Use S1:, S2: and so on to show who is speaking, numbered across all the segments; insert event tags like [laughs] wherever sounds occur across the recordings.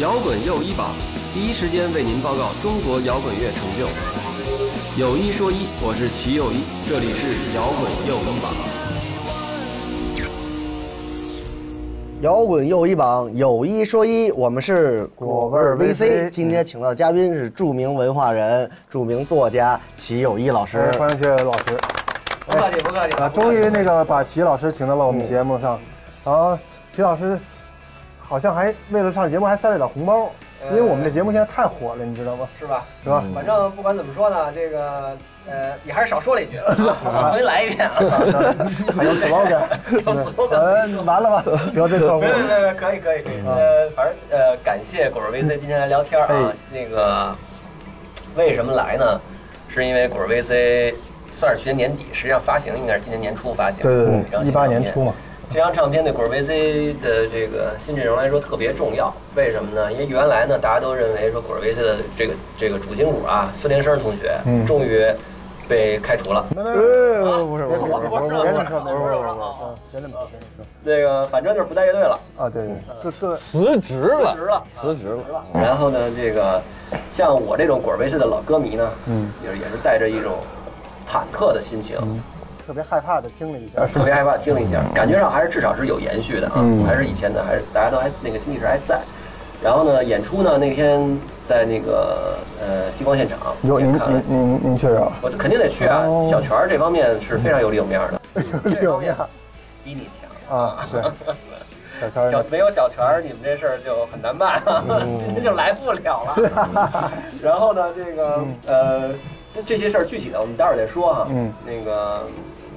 S1: 摇滚又一榜，第一时间为您报告中国摇滚乐成就。有一说一，我是齐又一，这里是摇滚又一榜。
S2: 摇滚又一榜，有一说一，我们是
S3: 果味儿 VC
S2: 今天请到的嘉宾是著名文化人、著名作家齐友一老师。
S3: 哎，欢迎谢老师。
S1: 不客气，不客气
S3: 啊，终于那个把齐老师请到了我们节目上，然后齐老师好像还为了上节目还塞了点红包，因为我们这节目现在太火了，你知道吗？
S4: 是吧？
S3: 是吧？
S4: 反正不管怎么说呢，这个呃，也还是少说了
S3: [laughs]
S4: 一句，啊，重新来一遍啊。
S3: 还有
S4: [laughs]
S3: slogan，嗯，完了吧？得罪客户
S4: 没。有没有没有，可以可以可
S3: 嗯
S4: 以。呃，反正呃，感谢果儿 VC 今天来聊天啊
S3: 哎。
S4: 那个为什么来呢？是因为果儿 VC 算是去年年底，实际上发行应该是今年年初发行。
S3: 对对
S4: 这张
S3: 对，
S4: 新
S3: 一八
S4: 唱片
S3: 年初嘛。
S4: 这张唱片对果儿 VC 的这个新阵容来说特别重要，为什么呢？因为原来呢，大家都认为说果儿 VC 的这个这个主心骨啊，孙连生同学，
S3: 嗯
S4: 终于被开除了。
S3: 没没没，
S2: 呃，不是
S3: 别
S2: 不
S3: 这
S2: 是
S3: 么
S2: 不
S3: 说，
S2: 是，
S3: 别这么说，别这么说，别这么说，别这么
S4: 那个反正就是不带乐队了，
S3: 说。啊，对对，是是，
S5: 辞职
S4: 辞
S5: 了
S4: 职，了。
S5: 辞职了。
S4: 然后呢，这个像我这种果儿 VC 的老歌迷呢，嗯，也是也是带着一种忐忑的心情，
S5: 嗯
S3: 特别害怕的听了一下，
S4: 特别害怕听了一下，感觉上还是至少是有延续的啊，
S3: 嗯
S4: 还是以前的，还是大家都还那个精气神还在。然后呢，演出呢那天在那个呃西光现场，
S3: 有
S4: 也
S3: 您
S4: 看了
S3: 您哦您您确认？
S4: 我就肯定得去啊。小泉儿这方面是非常有利有面儿的，这方面比你强。
S3: 啊，是小乔
S4: 小
S3: 儿，
S4: 没有小泉儿，你们这事儿就很难办，
S3: 嗯
S4: 您 [laughs] 就来不了了。
S3: [laughs]
S4: 然后呢，这个呃，这这些事儿具体的我们待会儿再说哈。
S3: 嗯，
S4: 那个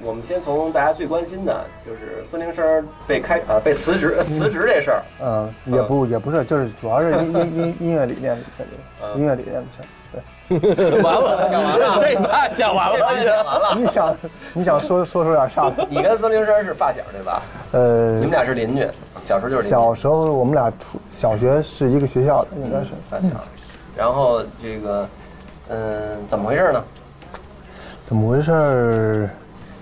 S4: 我们先从大家最关心的，就是孙铃声被开啊被辞职辞职这事儿。
S3: 嗯，也不也不是，就是主要是音音音音乐理念里面音乐理念的事儿。
S4: [laughs]
S3: 对，
S4: 完了，讲完了，
S5: 这趴讲完
S4: 这段讲完了。
S3: 你想你想说说说点啥？
S4: 你跟孙铃声是发小对吧？
S3: 呃
S4: 你们，俩是邻居，小时候就是邻
S3: [laughs]
S4: 居。
S3: 小时候我们俩初小学是一个学校的，应该是
S4: 发小。然后这个，嗯、怎么回事呢？
S3: 怎么回事儿？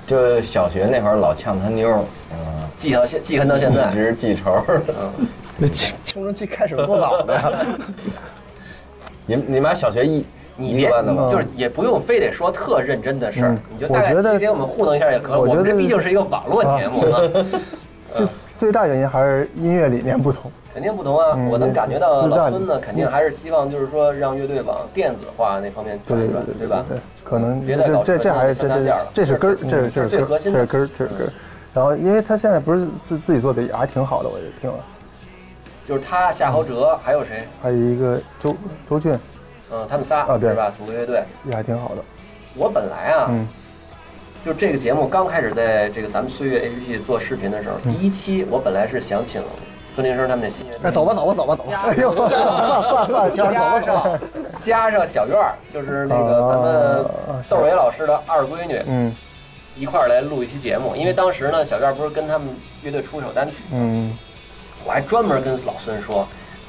S5: 就小学那会儿老呛他妞儿，嗯，
S4: 记到现记恨到现在
S5: 一，直记仇儿。
S2: 这青青春期开始多早的呀？
S5: 你们你们俩小学一
S4: 你
S5: 一
S4: 别
S5: 班的吗？
S4: 就是也不用非得说特认真的事儿
S3: 嗯，
S4: 你就大概
S3: 我觉得
S4: 提给我们糊弄一下也可
S3: 我
S4: 以。我
S3: 觉得
S4: 们这毕竟是一个网络节目
S3: [laughs]
S4: 啊，
S3: 最最大原因还是音乐理念不同。
S4: 肯定不同啊。
S3: 嗯
S4: 我能感觉到
S3: 自
S4: 老
S3: 然
S4: 孙呢，肯定还是希望就是说让乐队往电子化那方面转
S3: 对
S4: 一
S3: 对
S4: 转，
S3: 对
S4: 对吧？
S3: 对，可能
S4: 别再搞
S3: 这这这还是这
S4: 传单店
S3: 这
S4: 了
S3: 这是根儿，这是这
S4: 是
S3: 是
S4: 最
S3: 根
S4: 核
S3: 儿，
S4: 心
S3: 这
S4: 的嗯
S3: 是根儿，这是根儿。然后，因为他现在不是自自己做的也还挺好的，我也听了。
S4: 就是他、夏侯哲还有谁？
S3: 还有一个周周俊
S4: 嗯，他们仨
S3: 啊对
S4: 是吧？组个乐队。
S3: 也还挺好的，
S4: 我本来啊
S3: 嗯，
S4: 就这个节目刚开始在这个咱们岁月 APP 做视频的时候，
S3: 嗯
S4: 第一期我本来是想请孙林生他们的新人。
S2: 哎，走吧走吧走吧走吧！哎呦，算了算 [laughs] 了算了，
S4: 加
S2: 走吧走吧。
S4: 上 [laughs] 加上小院儿，就是那个咱们窦唯老师的二闺女
S3: 嗯
S4: 一块儿来录一期节目。因为当时呢，小院儿不是跟他们乐队出一首单曲，
S3: 嗯，
S4: 我还专门跟老孙说，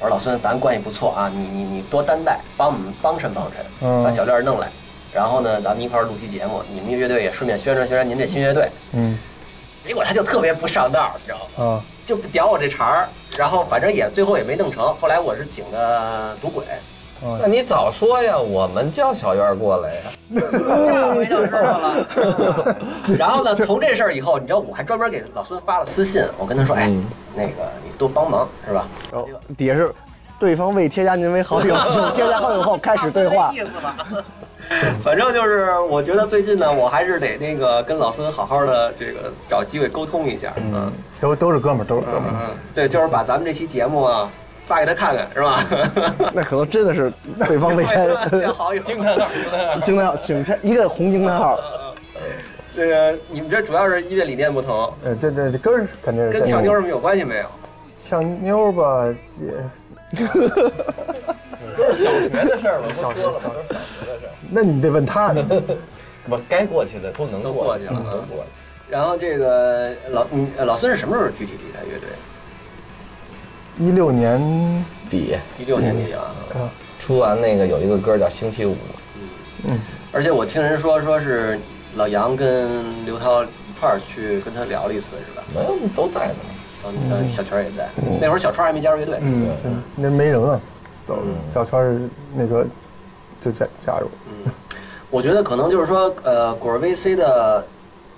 S4: 我说老孙咱关系不错啊，你你你多担待，帮我们帮衬帮衬，
S3: 嗯
S4: 把小院儿弄来，然后呢咱们一块儿录期节目，你们乐队也顺便宣传宣传您这新乐队。
S3: 嗯
S4: 结果他就特别不上道，你知道吗？
S3: 啊，
S4: 就不屌我这茬儿，然后反正也最后也没弄成。后来我是请的赌鬼，哦
S5: 那你早说呀，我们叫小院儿过来呀。
S4: 下 [laughs] 回就知道了。然后呢，从这事儿以后，你知道我还专门给老孙发了私信，我跟他说，哎
S5: 嗯，
S4: 那个你多帮忙是吧？
S2: 然后底下是对方未添加您为好友，请添加好友后开始对
S3: [laughs]
S2: 话
S4: 没。意 [laughs] 思吧？反正就是，我觉得最近呢，我还是得那个跟老孙好好的这个找机会沟通一下，嗯
S3: 都都是哥们儿，都是哥
S4: 嗯
S3: 们儿。
S4: 嗯，对，就是把咱们这期节目啊发给他看看是吧？ [laughs]
S2: 那可能真的是对方未添
S3: [laughs]
S4: 加好友，
S5: 惊叹号，惊叹号！
S2: 惊叹号，请添一个红惊叹号。
S4: 这个你们这主要是音乐理念不同，
S3: 呃，这这这根儿肯定是
S4: 跟
S3: 真
S4: 强
S3: 的
S4: 妞什么有关系没有？
S3: 呛妞儿吧，也
S5: 都是小学的事儿了，都说了吧，都是
S3: 那你得问他呢。
S5: 不该过去嗯的都能
S4: 都
S5: 过
S4: 过去了
S5: 都过去。
S4: 然后这个老嗯呃老孙是什么时候具体离开乐队？
S3: 一六年，
S5: 比
S4: 一六年底啊，
S5: 出完那个有一个歌叫《星期五》，
S4: 而且我听人说说是老杨跟刘涛一块儿去跟他聊了一次是吧？
S5: 没有都在呢。
S4: 然后然后小泉也在，那会儿小川还没加入乐队，
S3: 嗯，嗯那没人啊，走了小圈儿那个就加加入，
S4: 我觉得可能就是说，呃，果儿 VC 的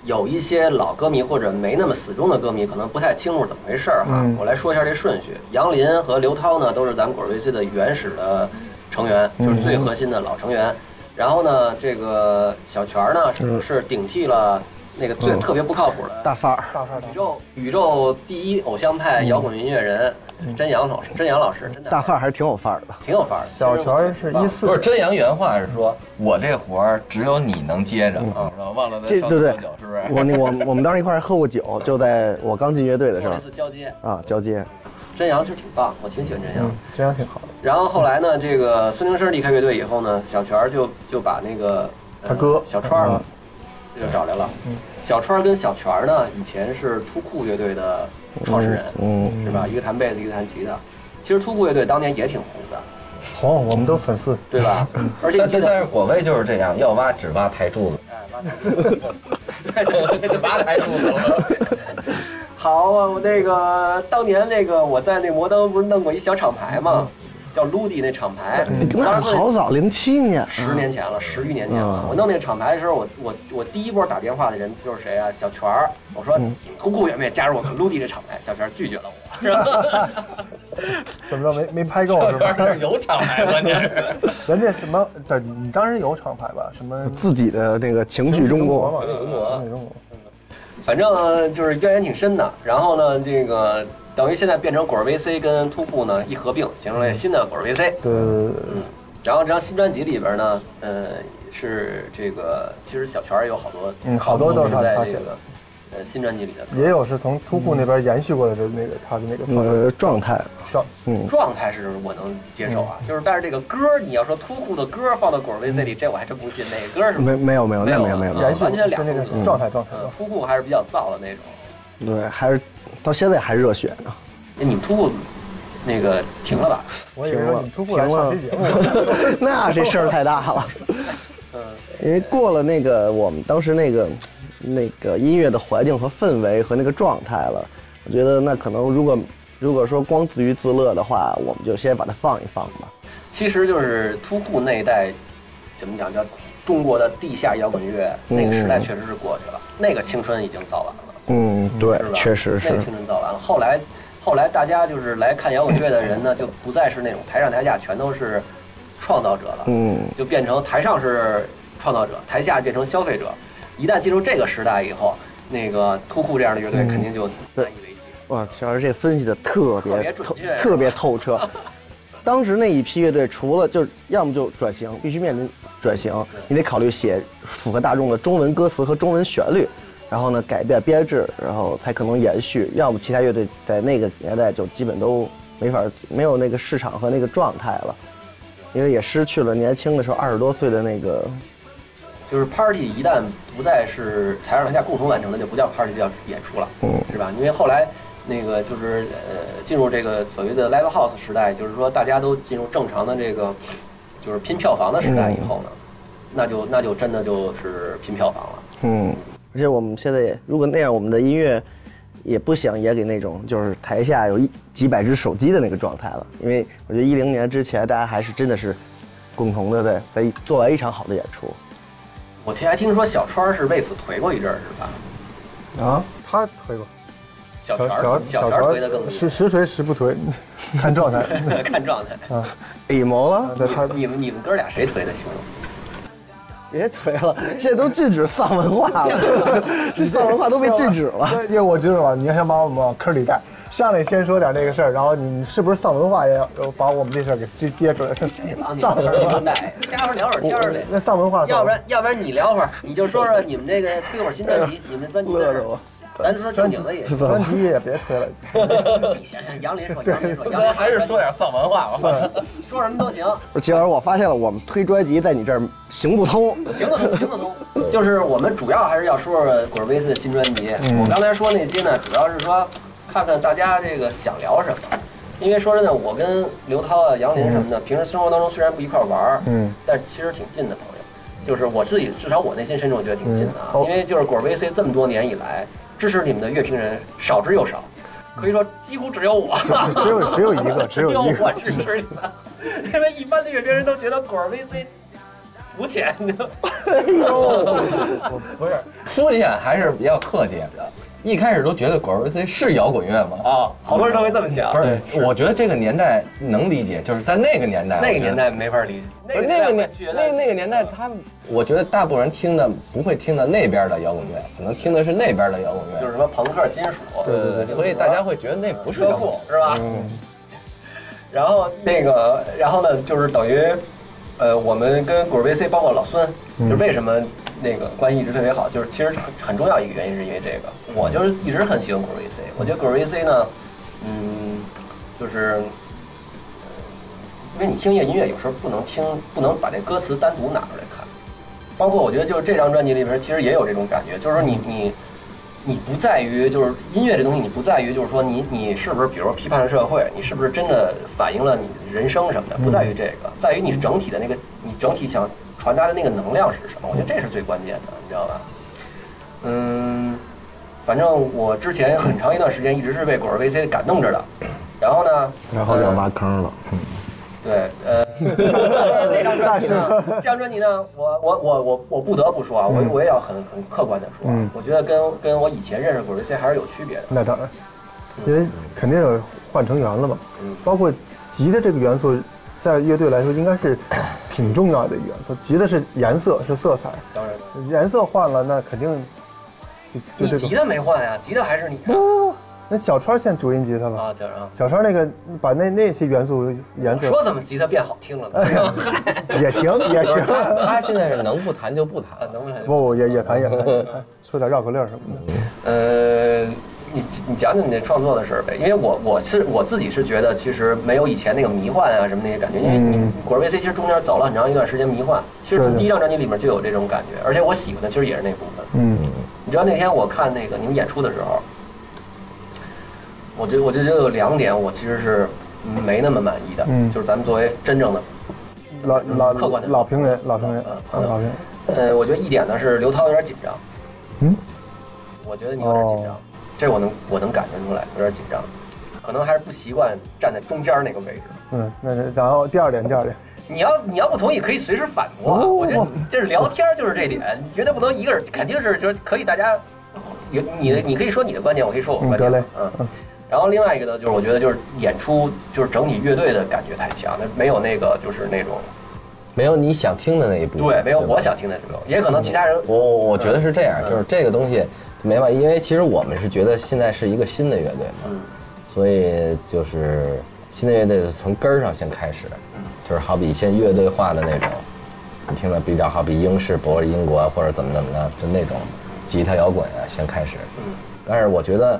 S4: 有一些老歌迷或者没那么死忠的歌迷，可能不太清楚怎么回事儿哈。
S3: 嗯
S4: 我来说一下这顺序，杨林和刘涛呢都是咱们果儿 VC 的原始的成员，就是最核心的老成员。然后呢，这个小泉儿呢
S3: 嗯
S4: 是是顶替了那个最特别不靠谱的
S2: 大范儿，
S3: 大范儿大
S4: 宇宙宇宙第一偶像
S3: 嗯
S4: 派摇滚音乐人真阳老师，真阳老师真的
S2: 大范儿还是挺有范儿的。
S4: 挺有范儿的。
S3: 小泉儿是一
S5: 不是
S3: 四，
S5: 真阳原话是说，我这活儿只有你能接着啊，然后忘了再
S2: 这
S5: 上
S2: 对对
S5: 多久，是不是？
S2: 我那我我们当时一块儿喝过酒，就在我刚进乐队的时
S4: 做了一
S2: 候
S4: 次交接，
S2: 啊，交接。
S4: 真阳其实挺棒，我挺喜欢真阳。
S3: 嗯，这样挺好的。
S4: 然后后来呢，这个孙宁生离开乐队以后呢，小泉儿就就把那个、呃
S3: 他哥
S4: 小川儿
S3: 嗯
S4: 就找来了。小川儿跟小泉儿呢，以前是突酷乐队的创始人，
S2: 嗯，
S4: 是吧？一个弹贝斯，一个弹吉他。其实突酷乐队当年也挺红的，
S3: 红，我们都粉丝，
S4: 对吧？而且
S5: 但
S4: 你记
S5: 但
S4: 得
S5: [laughs] 但，是果味就是这样，要挖只挖台柱子，
S4: 哎，挖台
S5: 只 [laughs] 挖台柱子。
S4: 好啊，我那个当年那个我在那摩登不是弄过一小厂牌吗？叫 Ludi 那厂牌，
S3: 嗯
S2: 那
S4: 当时
S2: 好早，零七年，
S4: 十年前了，十余年前了。
S2: 嗯
S4: 我弄那厂牌的时候，我我我第一波打电话的人就是谁啊？小泉儿。我说
S3: 嗯
S4: 突酷愿不愿意加入我们 Ludi 这厂牌？小泉拒绝了我。
S3: 怎么着没没拍够是吧？
S5: 这是有厂牌关键 [laughs] 是。
S3: [laughs] 人家什么？对，你当时有厂牌吧？什么？
S2: 自己的那个情绪中国，
S3: 嘛，
S5: 中国
S3: 情绪中国。
S4: 反正就是渊源挺深的。然后呢，这个等于现在变成果儿 VC 跟突酷呢一合并，形成了新的果儿 VC。
S3: 对对对对，
S4: 然后这张新专辑里边呢，呃，是这个其实小泉儿有好多，
S3: 嗯好多都是他
S4: 在
S3: 他
S4: 这
S3: 写的
S4: 个呃新专辑里的歌
S3: 也有是从突库那边延续过来的那个他的那个风格
S2: 呃，状态嗯
S3: 照
S4: 状态是我能接受啊，就是但是这个歌儿，你要说突酷的歌儿放到果儿 VC 里，这我还真不信。那个歌儿是
S2: 没没有没有，那没有没有
S4: 啊
S2: 没有，
S3: 延续
S4: 完全
S3: 就
S4: 两
S3: 那
S4: 个
S3: 个
S4: 东西
S3: 状态状态。
S4: 嗯，突酷还是比较燥的那种。
S2: 对，还是到现在还热血呢。
S4: 哎你们突酷那个停了吧？
S3: 我以
S2: 停
S3: 为说
S2: 了
S3: 哎你突库
S2: 停
S3: 来上
S2: 了
S3: 期节目，
S2: [laughs] 那这事儿太大了。
S4: 嗯，
S2: 因为过了那个我们当时那个那个音乐的环境和氛围和那个状态了，我觉得那可能如果如果说光自娱自乐的话，我们就先把它放一放吧。
S4: 其实就是突酷那一代，怎么讲叫中国的地下摇滚乐那个时代确实是过去了，那个青春已经造完了。
S2: 嗯，对
S4: 是吧？
S2: 确实是
S4: 那个。青春造完了。后来，后来大家就是来看摇滚乐的人呢，就不再是那种台上台下全都是创造者了，
S2: 嗯，
S4: 就变成台上是创造者，台下变成消费者。一旦进入这个时代以后，那个突酷这样的乐队肯定就难以为继。
S2: 哇，乔老师这分析的特别透
S4: 特别准确，
S2: 特别透彻。 [laughs] 当时那一批乐队，除了就是要么就转型，必须面临转型，你得考虑写符合大众的中文歌词和中文旋律，然后呢改变编制，然后才可能延续。要么其他乐队在那个年代就基本都没法没有那个市场和那个状态了，因为也失去了年轻的时候二十多岁的那个
S4: 就是 party 一旦不再是台上台下共同完成的，就不叫 party，就叫演出了，是吧？因为后来那个就是呃，进入这个所谓的 live house 时代，就是说大家都进入正常的这个就是拼票房的时代以后呢，那就那就真的就是拼票房了。
S2: 嗯，而且我们现在也，如果那样，我们的音乐也不想也给那种就是台下有一几百只手机的那个状态了，因为我觉得一零年之前大家还是真的是共同的在在做完一场好的演出，
S4: 我听还听说小川是为此颓过一阵儿，是吧？
S3: 啊，他推过，
S4: 小
S3: 小
S4: 泉儿小
S3: 小
S4: 泉儿颓的
S3: 儿
S4: 更厉
S3: 时时推时不推，看状态。 [laughs]
S4: 害， [laughs] 看状态。
S5: 嗯
S2: 哎毛了，
S3: 对他
S4: 你们你们哥俩谁颓的形容？
S2: 别颓了，现在都禁止丧文化 [laughs] 了，这丧文化都被禁止了。
S3: 对，我知道了，你要想把我们往坑里带，上来先说点这个事儿，然后你你是不是丧文化也要把我们这事儿给接接出来？
S4: 啊，你
S3: 丧
S4: 们
S3: 文 [laughs]
S4: 哥
S3: 化，
S4: 俩，家伙聊会儿天儿呗。
S3: 那丧文化，
S4: 要不然，要不然你聊会儿，你就说说你们这个推会儿新专辑，你们专辑的事儿。咱说正经的也行。 [laughs]
S3: 专辑也别推了，
S4: 你想想杨林说，杨林说，
S5: 不
S4: 杨林
S5: 还是说点丧文化吧。
S4: 说什么都行，
S2: 不 [laughs] 是，其实我发现了，我们推专辑在你这儿行不通。
S4: 行得通，行得通。就是我们主要还是要说说果儿威斯的新专辑。
S3: 嗯
S4: 我刚才说那些呢，主要是说看看大家这个想聊什么。因为说真的，我跟刘涛啊、杨林什么的，平时生活当中虽然不一块儿玩儿，
S3: 嗯，
S4: 但其实挺近的朋友。就是我自己，至少我内心深处我觉得挺近的啊
S3: 嗯。好
S4: 因为就是果儿 VC 这么多年以来，支持你们的乐评人少之又少，可以说几乎只有我，
S3: 只只有只有一个，只有
S4: [laughs]
S3: 一
S4: 我
S3: 个。
S4: 支持你们， [laughs] 因为一般的乐评人都觉得果儿 VC 肤浅，你知道吗
S5: 不是肤浅还是比较客气。一开始都觉得果儿 VC 是摇滚乐吗？
S4: 啊，好多人都会这么想
S5: 不。是，我觉得这个年代能理解，就是在那个年代，
S4: 那个
S5: 我
S4: 年。
S5: 觉得
S4: 代没法理解，
S5: 不是那个年
S4: 觉，
S5: 那
S4: 得
S5: 那个年代，他们我觉得大部分人听的不会听的那边的摇滚乐，可能听的是那边的摇滚乐，
S4: 就是什么朋克、金属，
S5: 呃，所以大家会觉得那不是
S4: 车
S5: 摇滚乐
S4: 库。是吧？然后那个，然后呢，就是等于，呃，我们跟果儿 VC 包括老孙，就是为什么那个关系一直特别好，就是其实很重要一个原因是因为这个，我就是一直很喜欢果儿 VC，我觉得果儿 VC 呢，嗯，就是。呃因为你听夜音乐有时候不能听，不能把这歌词单独拿出来看，包括我觉得就是这张专辑里边，其实也有这种感觉，就是说你你你不在于就是音乐这东西，你不在于就是说你你是不是比如说批判了社会，你是不是真的反映了你人生什么的，不在于这个，在于你整体的那个你整体想传达的那个能量是什么，我觉得这是最关键的，你知道吧？嗯，反正我之前很长一段时间一直是被果儿 VC 感动着的，然后呢，
S2: 然后就要挖坑了。
S4: 对，呃，这张专辑啊呢， [laughs] 这张专辑呢，我我我我我不得不说啊，我我也要很很客观的说啊
S3: 嗯，
S4: 我觉得跟跟我以前认识果儿 VC 还是有区别的。
S3: 那当然，因为肯定有换成员了嘛
S4: 嗯，
S3: 包括吉的这个元素，在乐队来说应该是挺重要的一个元素。吉的是颜色，是色彩，
S4: 当然，
S3: 颜色换了，那肯定就就
S4: 你
S3: 这嗯
S4: 急
S3: 个。
S4: 的没换呀，急的还是你啊
S3: 那小川现主音吉他了，
S4: 啊，对啊。
S3: 小川那个把那那些元素颜色
S4: 说怎么吉他变好听了
S3: [laughs] 哎
S4: 呢？
S3: 也行也
S5: 就是他
S3: 行，
S5: 他现在是能不弹就不弹
S4: 啊
S5: 了，
S4: 能不能？
S3: 不也也弹也弹，也弹说点绕口令什么的。
S4: [laughs] 呃，你你讲讲你那创作的事儿呗，因为我我是我自己是觉得其实没有以前那个迷幻啊什么那些感觉，因为你
S3: 嗯
S4: 果儿 VC 其实中间走了很长一段时间迷幻，其实
S3: 对
S4: 从
S3: 对
S4: 第一张专辑里面就有这种感觉，而且我喜欢的其实也是那部分。
S3: 嗯，
S4: 你知道那天我看那个你们演出的时候，我觉我觉得有两点我其实是没那么满意的，
S3: 嗯
S4: 就是咱们作为真正的
S3: 老老
S4: 嗯客观地
S3: 老评人老评人
S4: 嗯嗯
S3: 老评人，
S4: 呃，我觉得一点呢是刘涛有点紧张。
S3: 嗯，
S4: 我觉得你有点紧张，
S3: 哦
S4: 这我能我能感觉出来，有点紧张，可能还是不习惯站在中间那个位置。
S3: 嗯，那那然后第二点第二点。
S4: 你要你要不同意，可以随时反驳啊。
S3: 哦
S4: 我觉得你就是聊天就是这点，你绝对不能一个人，肯定是就是可以大家有你的，你可以说你的观点，我可以说我的
S3: 嗯
S4: 观点。
S3: 得嘞
S4: 嗯。然后另外一个呢，就是我觉得就是演出就是整体乐队的感觉太强，那没有那个就是那种
S5: 没有你想听的那一部分。
S4: 对，没有
S5: 吧
S4: 我想听的这种，也可能其他人
S5: 我哦我我觉得是这样，
S4: 嗯
S5: 就是这个东西没办法，因为其实我们是觉得现在是一个新的乐队嘛，
S4: 嗯
S5: 所以就是新的乐队从根儿上先开始，
S4: 嗯
S5: 就是好比先乐队化的那种，你听的比较好比英式、博英国啊或者怎么怎么的，就那种吉他摇滚啊先开始。
S4: 嗯
S5: 但是我觉得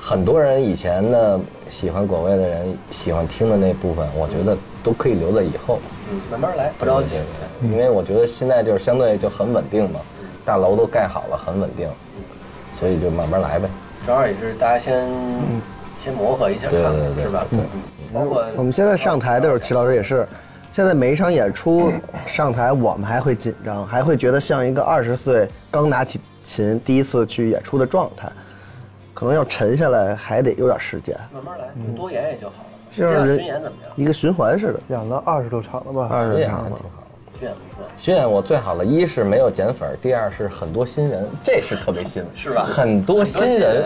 S5: 很多人以前的喜欢果味的人喜欢听的那部分，我觉得都可以留在以后。
S4: 嗯，慢慢来，不着急
S5: 对。对对，因为我觉得现在就是相对就很稳定嘛，大楼都盖好了，很稳定，所以就慢慢来呗。
S4: 主要也是大家先
S2: 嗯
S4: 先磨合一下，
S5: 对
S4: 看
S5: 对
S4: 看
S5: 对
S4: 是吧？
S5: 对
S4: 嗯，包括
S2: 我们现在上台的时候，齐老师也是，现在每一场演出上台，我们还会紧张，还会觉得像一个二十岁刚拿起琴第一次去演出的状态，可能要沉下来还得有点时间，
S4: 慢慢来，多演演就好了。
S2: 这样嗯人
S4: 巡演怎么样？
S2: 一个循环似的。
S3: 演了二十多场了吧？
S2: 二
S5: 巡
S2: 十
S5: 演
S2: 场
S5: 还挺
S2: 了
S5: 好，。
S4: 巡演不错。
S5: 巡演啊我最好的一是没有减粉儿，第二是很多新人，这是特别新的，
S4: 是吧
S5: 很多新人，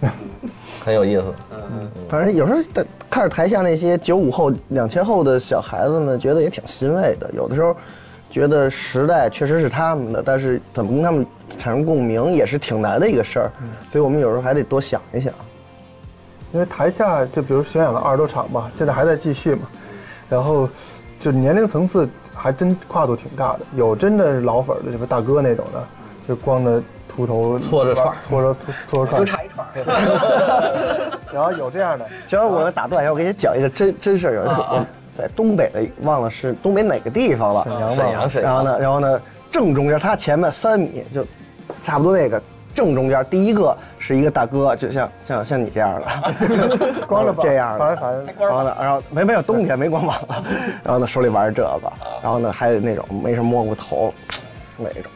S5: 啊很有意思。
S4: 嗯，
S2: 反正有时候在看着台下那些九五后、两千后的小孩子们，觉得也挺欣慰的。有的时候觉得时代确实是他们的，但是怎么跟他们产生共鸣也是挺难的一个事儿。所以我们有时候还得多想一想。
S3: 因为台下就比如巡演了二十多场吧，现在还在继续嘛，然后就年龄层次还真跨度挺大的，有真的是老粉儿的，什么大哥那种的，就光着秃头
S5: 搓着串儿
S3: 搓着搓着
S4: 就
S3: 串儿，
S4: 差一串儿。
S3: [laughs] 然后有这样的，
S2: 其实我要打断一下，我给你讲一个真真事儿。有一次我在东北的，忘了是东北哪个地方了，啊沈
S5: 阳吧沈阳沈阳
S2: 然后呢，然后呢，正中间，他前面三米就差不多那个。正中间第一个是一个大哥，就像像像你这样 [laughs] 的，
S3: 光着膀
S2: 这样的，
S3: 反正反正
S2: 然后呢，然后没没有冬天没光膀子，然后呢手里玩着这个，然后呢还有那种没什么啊摸过头，那种，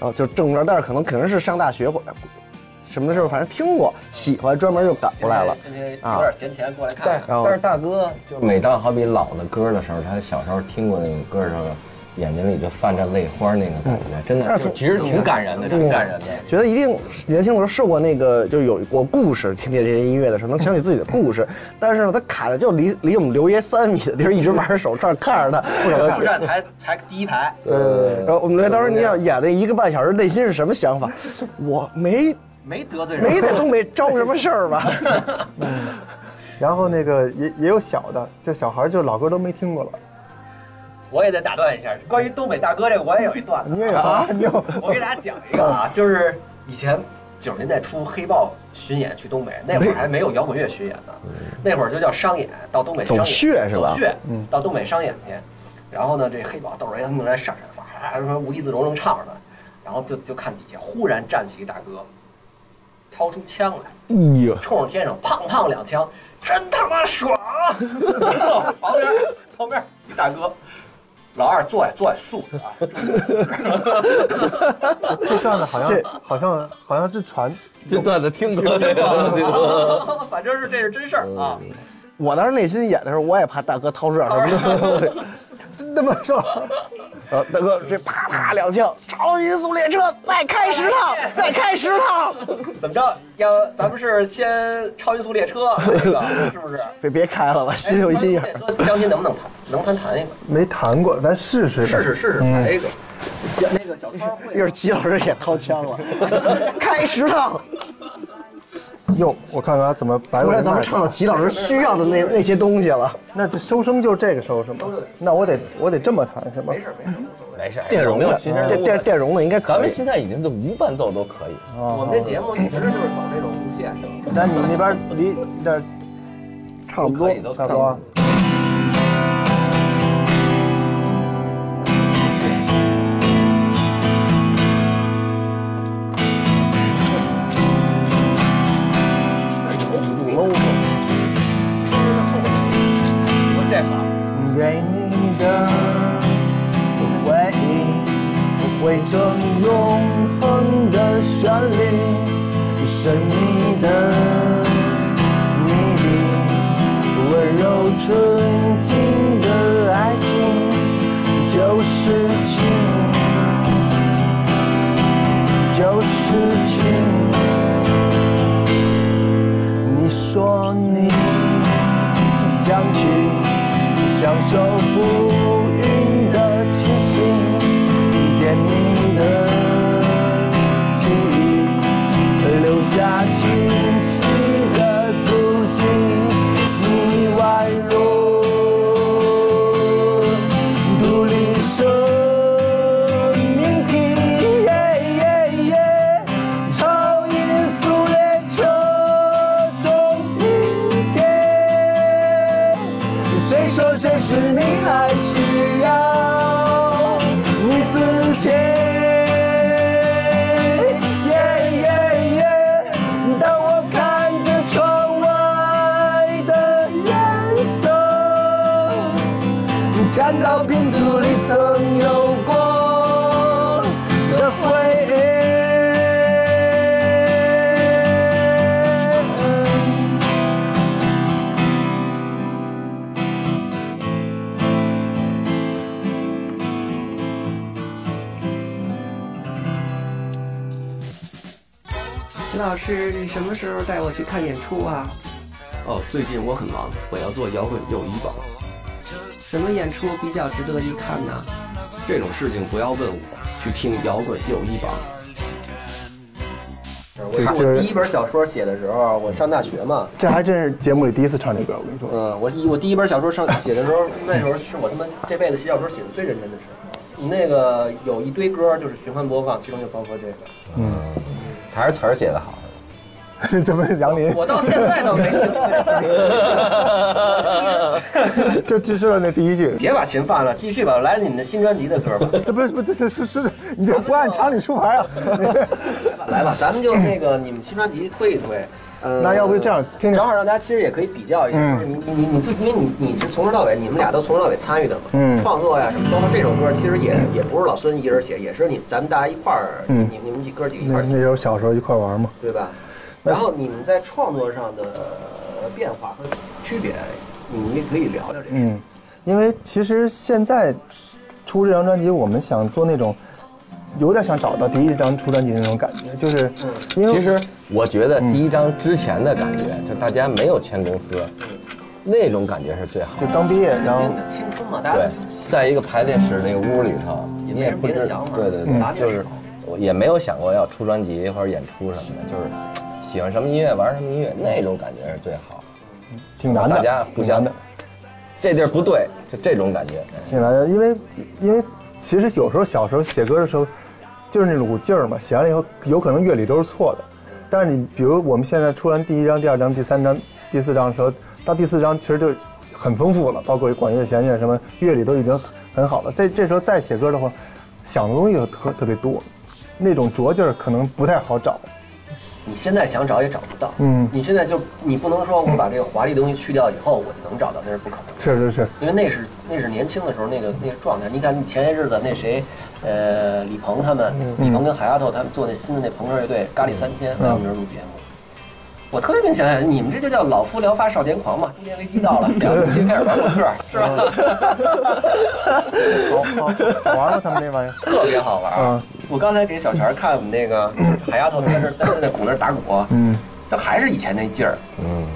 S2: 然后就正面，但是可能可能是上大学或者什么时候，反正听过，喜欢，专门就赶过来了。
S4: 今天有
S5: 啊
S4: 点闲钱过来看
S5: 但
S4: 看。
S2: 然后
S5: 但是大哥，就每当好比老的歌的时候，他小时候听过那种歌的时候，眼睛里就泛着泪花那种感觉，真的，
S2: 但是
S5: 就其实挺感人的，挺感人的。
S2: 觉得一定年轻的时候受过那个，就有过故事，听见这些音乐的时候能想起自己的故 [laughs] 事。但是呢，他卡的就离离我们刘爷三米的地儿，一直玩着手串看着他。
S4: 副站台才第一排，
S2: 呃，然后我们刘爷当时你想演那一个半小时，内心是什么想法？我没
S4: 没得罪人，
S2: 没在东北招什么事儿吧？
S3: 然后那个也也有小的，就小孩儿就老歌都没听过了。
S4: 我也得打断一下，关于东北大哥这个，我也有一段。
S3: 你也有啊？ [laughs] 你有？
S4: [laughs] 我给大家讲一个啊，就是以前九十年代初黑豹巡演去东北，那会儿还没有摇滚乐巡演呢，那会儿就叫商演，到东北商
S2: 嗯
S4: 演
S2: 走穴是吧嗯
S4: 走穴，到东北商演去。然后呢，这黑豹逗着人，他们来闪闪发，还说无地自容，正唱着呢。然后就就看底下忽然站起一大哥，掏出枪来，
S2: 哎呦，
S4: 冲着天上砰砰两枪，真他妈爽！ [laughs] 然后旁边旁边一大哥，老二坐下坐下竖着啊，
S3: 这段子好像
S2: 这
S3: 好像好像是传
S5: 这段子听过，这段子听
S4: [laughs]
S5: 过。
S4: 反正是这是真事儿啊。
S2: 嗯我当时内心演的时候，我也怕大哥掏出点什么 [laughs] 东西。
S3: 真他妈爽！
S2: 呃，大哥，这啪啪两枪，超音速列车再开十趟，再开十趟。
S4: 怎么着？要咱们是先超音速列车啊这个是
S2: [laughs]
S4: 不是？
S2: 别别开了吧，心有阴影。
S4: 哎。超音速列车江心能不能弹？能弹弹一个，
S3: 没弹过，咱试试呗。
S4: 试试试试
S2: 嗯
S4: 弹一个。小那个小超
S2: 一会
S4: 会
S2: 儿齐老师也掏枪了， [laughs] 开十趟。
S3: 哟，我看看怎么白
S2: 不
S3: 哎我
S2: 然
S3: 的
S2: 咱们
S3: 麦
S2: 唱到齐老师需要的那那些东西了。
S3: 那这收声就这个收是吗？那我得我得这么弹是吗？没事，
S5: 没事，
S2: 电容
S5: 没有
S2: 的，
S5: 其实
S2: 电电电容的应该
S5: 咱
S2: 可
S5: 们
S2: 以。
S5: 现在已经就无伴奏都可以。
S2: 哦
S4: 我们这节目一直就是走这种路线，
S3: 那你们那边离这儿
S2: 差不
S5: 可
S2: 多
S5: 以，都
S3: 差不多啊。
S5: 我这好。
S3: 给你的回忆，不会成永恒的旋律，是你的谜底，温柔纯净的爱情就是情，就是情。你说你将去。享受浮云的气息，甜蜜的记忆，留下清晰的足迹。你宛如独立生命体，超音速列车中一天。谁说这是你还需要你自己？耶耶耶！当我看着窗外的颜色，看到拼图里曾有过的回忆。
S6: 齐老师，你什么时候带我去看演出啊？
S1: 哦，最近我很忙，我要做摇滚又医保。
S6: 什么演出比较值得一看呢？
S1: 这种事情不要问我，去听摇滚又一榜。
S4: 我看我第一本小说写的时候，我上大学嘛，
S3: 这还真是节目里第一次唱这歌，我跟你说。 [laughs]
S4: 嗯，我一我第一本小说上写的时候，那时候是我他妈这辈子写小说写的最认真的时候。那个有一堆歌就是循环播放，其中就包括这个。
S5: 还是词儿写得好。
S3: 咱们杨林，
S4: 我到现在都没听过。
S3: 就只说了那第一句，
S4: [laughs] 别把琴放了，继续吧，来你们的新专辑的歌吧。
S3: 这不是不是这这是是，你这不按常理出牌啊！
S4: 来吧，咱们就那个你们新专辑推一推。呃
S3: 那要不就这样听听
S4: 正好让大家其实也可以比较一下，
S3: 嗯
S4: 就是你你你你自己，因为你你是从头到尾，你们俩都从头到尾参与的嘛，
S3: 嗯
S4: 创作呀什么，包括这首歌，其实也也不是老孙一人写，也是你咱们大家一块儿，
S3: 嗯
S4: 你你们几哥几个一块
S3: 那那
S4: 儿写，
S3: 时候小时候一块玩嘛，
S4: 对吧？
S3: 那
S4: 然后你们在创作上的呃变化和区别，你们也可以聊聊这个。
S3: 嗯，因为其实现在出这张专辑，我们想做那种有点想找到第一张出专辑那种感觉，就是因为
S5: 其实我觉得第一张之前的感觉，就大家没有签公司，那种感觉是最好
S3: 就
S5: 的。
S3: 刚毕业，然后
S4: 因为青春嘛，大家
S5: 对，
S3: 嗯
S5: 在一个排练室那个屋里头，
S4: 也
S5: 你
S4: 没
S5: 也
S4: 人
S5: 不
S4: 别的
S5: 知
S4: 想法
S5: 对对
S4: 嗯
S5: 对，就是我也没有想过要出专辑或者演出什么的，就是喜欢什么音乐玩什么音乐，那种感觉是最好。
S3: 挺难
S5: 大家
S3: 的，
S5: 互
S3: 挺难
S5: 相
S3: 的，
S5: 这地儿不对，就这种感觉。
S3: 挺难的，因为因为其实有时候小时候写歌的时候，就是那股劲儿嘛，写完了以后有可能乐理都是错的，但是你比如我们现在出完第一张、第二张、第三张、第四张的时候，到第四张其实就很丰富了，包括管乐、弦乐什么乐理都已经很好了。这这时候再写歌的话，想的东西特特别多，那种拙劲儿可能不太好找。
S4: 你现在想找也找不到，
S3: 嗯
S4: 你现在就你不能说我把这个华丽的东西去掉以后，我就能找到，那是不可能的。
S3: 确实是，
S4: 因为那是那是年轻的时候那个那个状态。你看你前些日子那谁，呃，李鹏他们，
S3: 嗯
S4: 李鹏跟海丫头他们做那新的那朋克乐队《咖喱三千》，来我们这儿录节目。我特别能想想，你们这就叫老夫聊发少年狂嘛，中年危机
S3: [laughs]
S4: 到了，想就开始玩朋克，是 [laughs] 吧？
S3: 好好好玩吗？他们那玩意儿？
S4: 特别好玩儿
S3: 嗯。
S2: 啊
S4: 我刚才给小泉看我们那
S2: [clears throat]
S4: 个海丫头在那儿在那鼓那儿打鼓，
S3: 嗯，
S4: 就还是以前那劲儿。
S5: 嗯，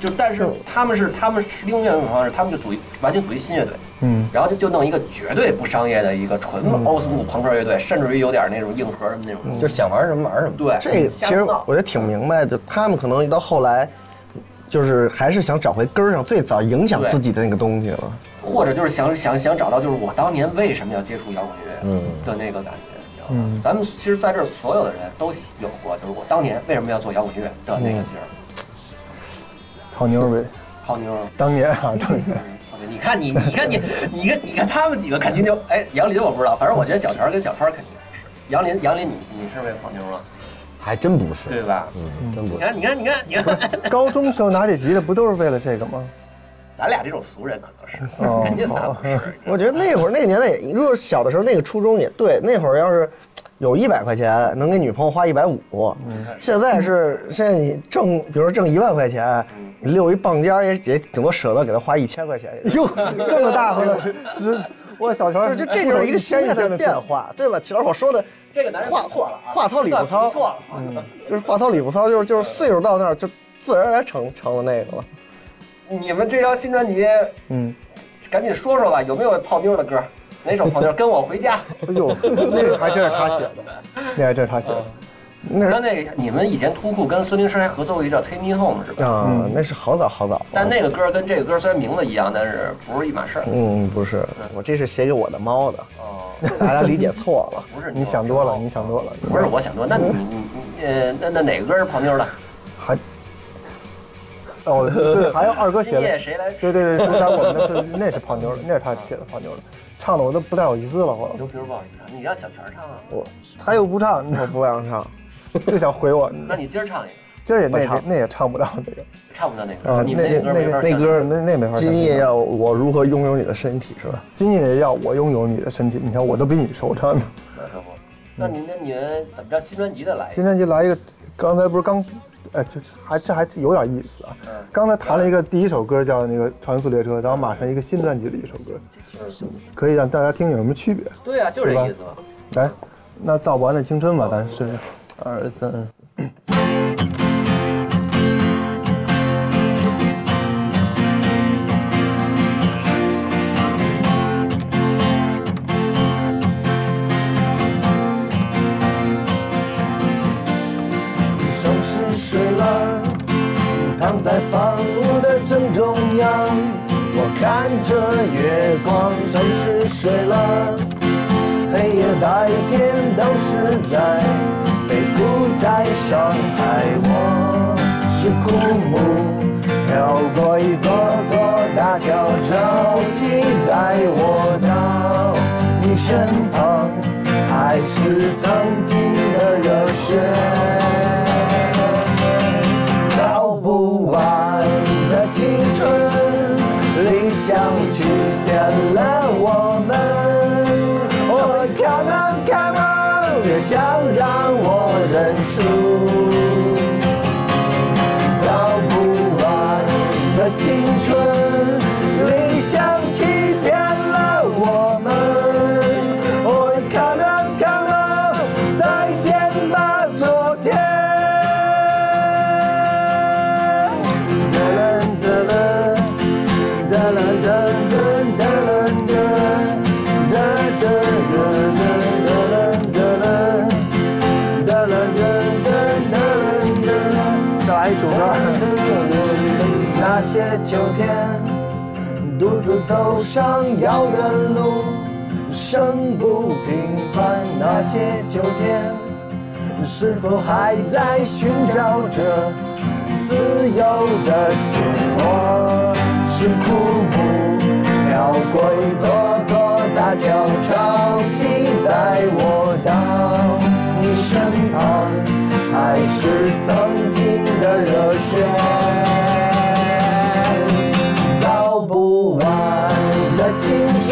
S4: 就但是他们是他们是另外一种方式，他们就组一完全组一新乐队，
S3: 嗯，
S4: 然后就就弄一个绝对不商业的一个纯
S2: 嗯
S4: old school 朋克乐队，甚至于有点那种硬核什么那种。
S5: 就想玩什么玩什么。
S4: 对，
S2: 这
S5: 嗯
S2: 个其
S4: 瞎
S2: 实
S4: 胡闹
S2: 我觉得挺明白的，他们可能到后来，就是还是想找回根儿上最早影响
S4: 对
S2: 自己的那个东西了。
S4: 或者就是想想想找到就是我当年为什么要接触摇滚乐的那个感觉。你知道
S2: 嗯
S4: 吗？咱们其实在这儿所有的人都有过，就是我当年为什么要做摇滚乐的那个劲儿。
S3: 好牛儿呗！
S4: 泡妞儿，嗯
S3: 当年啊，当年。
S4: 你看你，你看你，你看你看他们几个肯定就哎，杨林我不知道，反正我觉得小泉儿跟小川儿肯定是。杨林，杨林你你是为泡妞吗？
S5: 还真不是，
S4: 对吧？
S5: 嗯，真不
S4: 你
S5: 是。
S4: 看你看你看你
S5: [laughs]
S4: 看，
S3: 高中时候拿这吉他不都是为了这个吗？
S4: 咱俩这种俗人可能是，
S3: 哦
S4: 人家仨不是。
S2: [laughs] 我觉得那会儿那个年代也，如果小的时候那个初衷也对，那会儿要是有一百块钱，能给女朋友花一百五。
S5: 嗯
S2: 现在是现在你挣，比如说挣一万块钱，你溜一棒尖儿也也顶多舍得给她花一千块钱。
S3: 哟，
S2: [laughs]
S3: 这么大方了，这我小泉
S2: 就
S3: 儿
S2: 是就这就是一个心态
S3: 哎
S2: 的变化，对吧？齐老师我说的
S4: 这个男人
S2: 话
S4: 不错了
S2: 话
S4: 啊
S2: 话糙理不
S4: 算
S2: 糙，嗯
S4: 不错了啊
S2: 就是话糙理不糙，就是就是岁数到那儿就自然而然成成了那个了。
S4: 你们这张新专辑，
S3: 嗯，
S4: 赶紧说说吧，有没有泡妞的歌？哪首泡妞？跟我回家。
S3: 哎呦， [laughs] 那个还真是他
S2: [laughs]
S3: 写的，那还真是他写的。
S2: 那
S4: 那
S2: 是
S4: 那你们以前突库跟孙明生还合作过一叫《Take Me Home》是吧？
S2: 啊，那是好早好早了。
S4: 但那个歌跟这个歌虽然名字一样，但是不是一码事儿。
S2: 嗯，不是，我这是写给我的猫的，
S4: 哦，
S2: 大家理解错了。
S4: 不是
S3: 你想多了，你想多了，
S4: 不是我想多，那你你你呃，那那哪个歌是泡妞的？
S3: 还哦，对，还有二哥写
S4: 今夜
S3: 的，
S4: 谁来？
S3: 对对对，主打我们的是那是泡妞的，那是他写的泡妞的，唱的我都不太好意思了，我
S4: 刘平不好意思啊，你让小泉唱啊，
S2: 我
S3: 他又不唱，
S2: 我不想 [laughs] 唱，
S3: 就想回我，
S4: 那你今儿唱一个，
S3: 这也那
S2: 不
S3: 个
S2: 唱
S3: 那也唱不到那个，
S4: 唱不到那个。
S3: 啊
S4: 你们
S3: 那
S4: 那歌没法
S2: 那
S4: 唱。
S2: 歌
S3: 那那没法唱
S2: 今夜要我如何拥有你的身体是吧？
S3: 今夜要我拥有你的身体，你看我都比你熟唱的。
S4: 那可不。那你那你们怎么着？新专辑的来一个
S3: 今天就来一个，刚才不是刚，哎，就还这还有点意思啊。刚才弹了一个第一首歌叫那个《超音速列车》，然后马上一个新专辑的一首歌，可以让大家听有什么区别。
S4: 对啊，就是
S3: 是
S4: 这
S3: 吧
S4: 意思嘛。
S3: 来，那造不完的青春吧，咱试试。二三，
S2: 收拾睡了，躺在房屋的正中央，我看着月光。收拾睡了，黑夜白天都是在被孤单伤害我。是枯木飘过一座座大桥，朝夕在我到你身旁，还是曾经的热血。啊束，造不完的青春，理想欺骗了我们。Oh, come on, come on，再见吧，昨天。哒啦哒啦，哒啦哒哒哒啦哒，哒哒哒哒哒啦哒啦。哒啦哒哒哒啦
S3: 找一主
S2: 哒
S3: 歌。
S2: 那些秋天，独自走上遥远路，生不平凡。那些秋天，是否还在寻找着自由的心？我是枯木，飘过一座座大桥，潮汐在我到你身旁，还是曾经的热血。造不完的青春，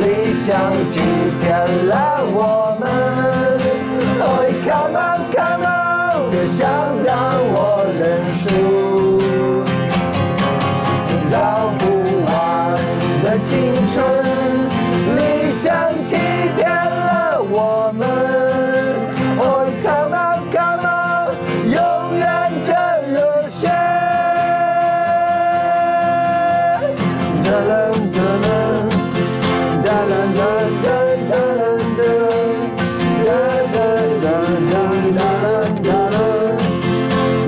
S2: 理想欺骗了我们。Oh, come on, come on，别想让我认输。造不完的青春，理想欺骗了我们。Oh, come on, come on，永远的热血。哒啦哒啦，哒啦啦哒哒啦哒，哒哒哒哒哒啦哒啦，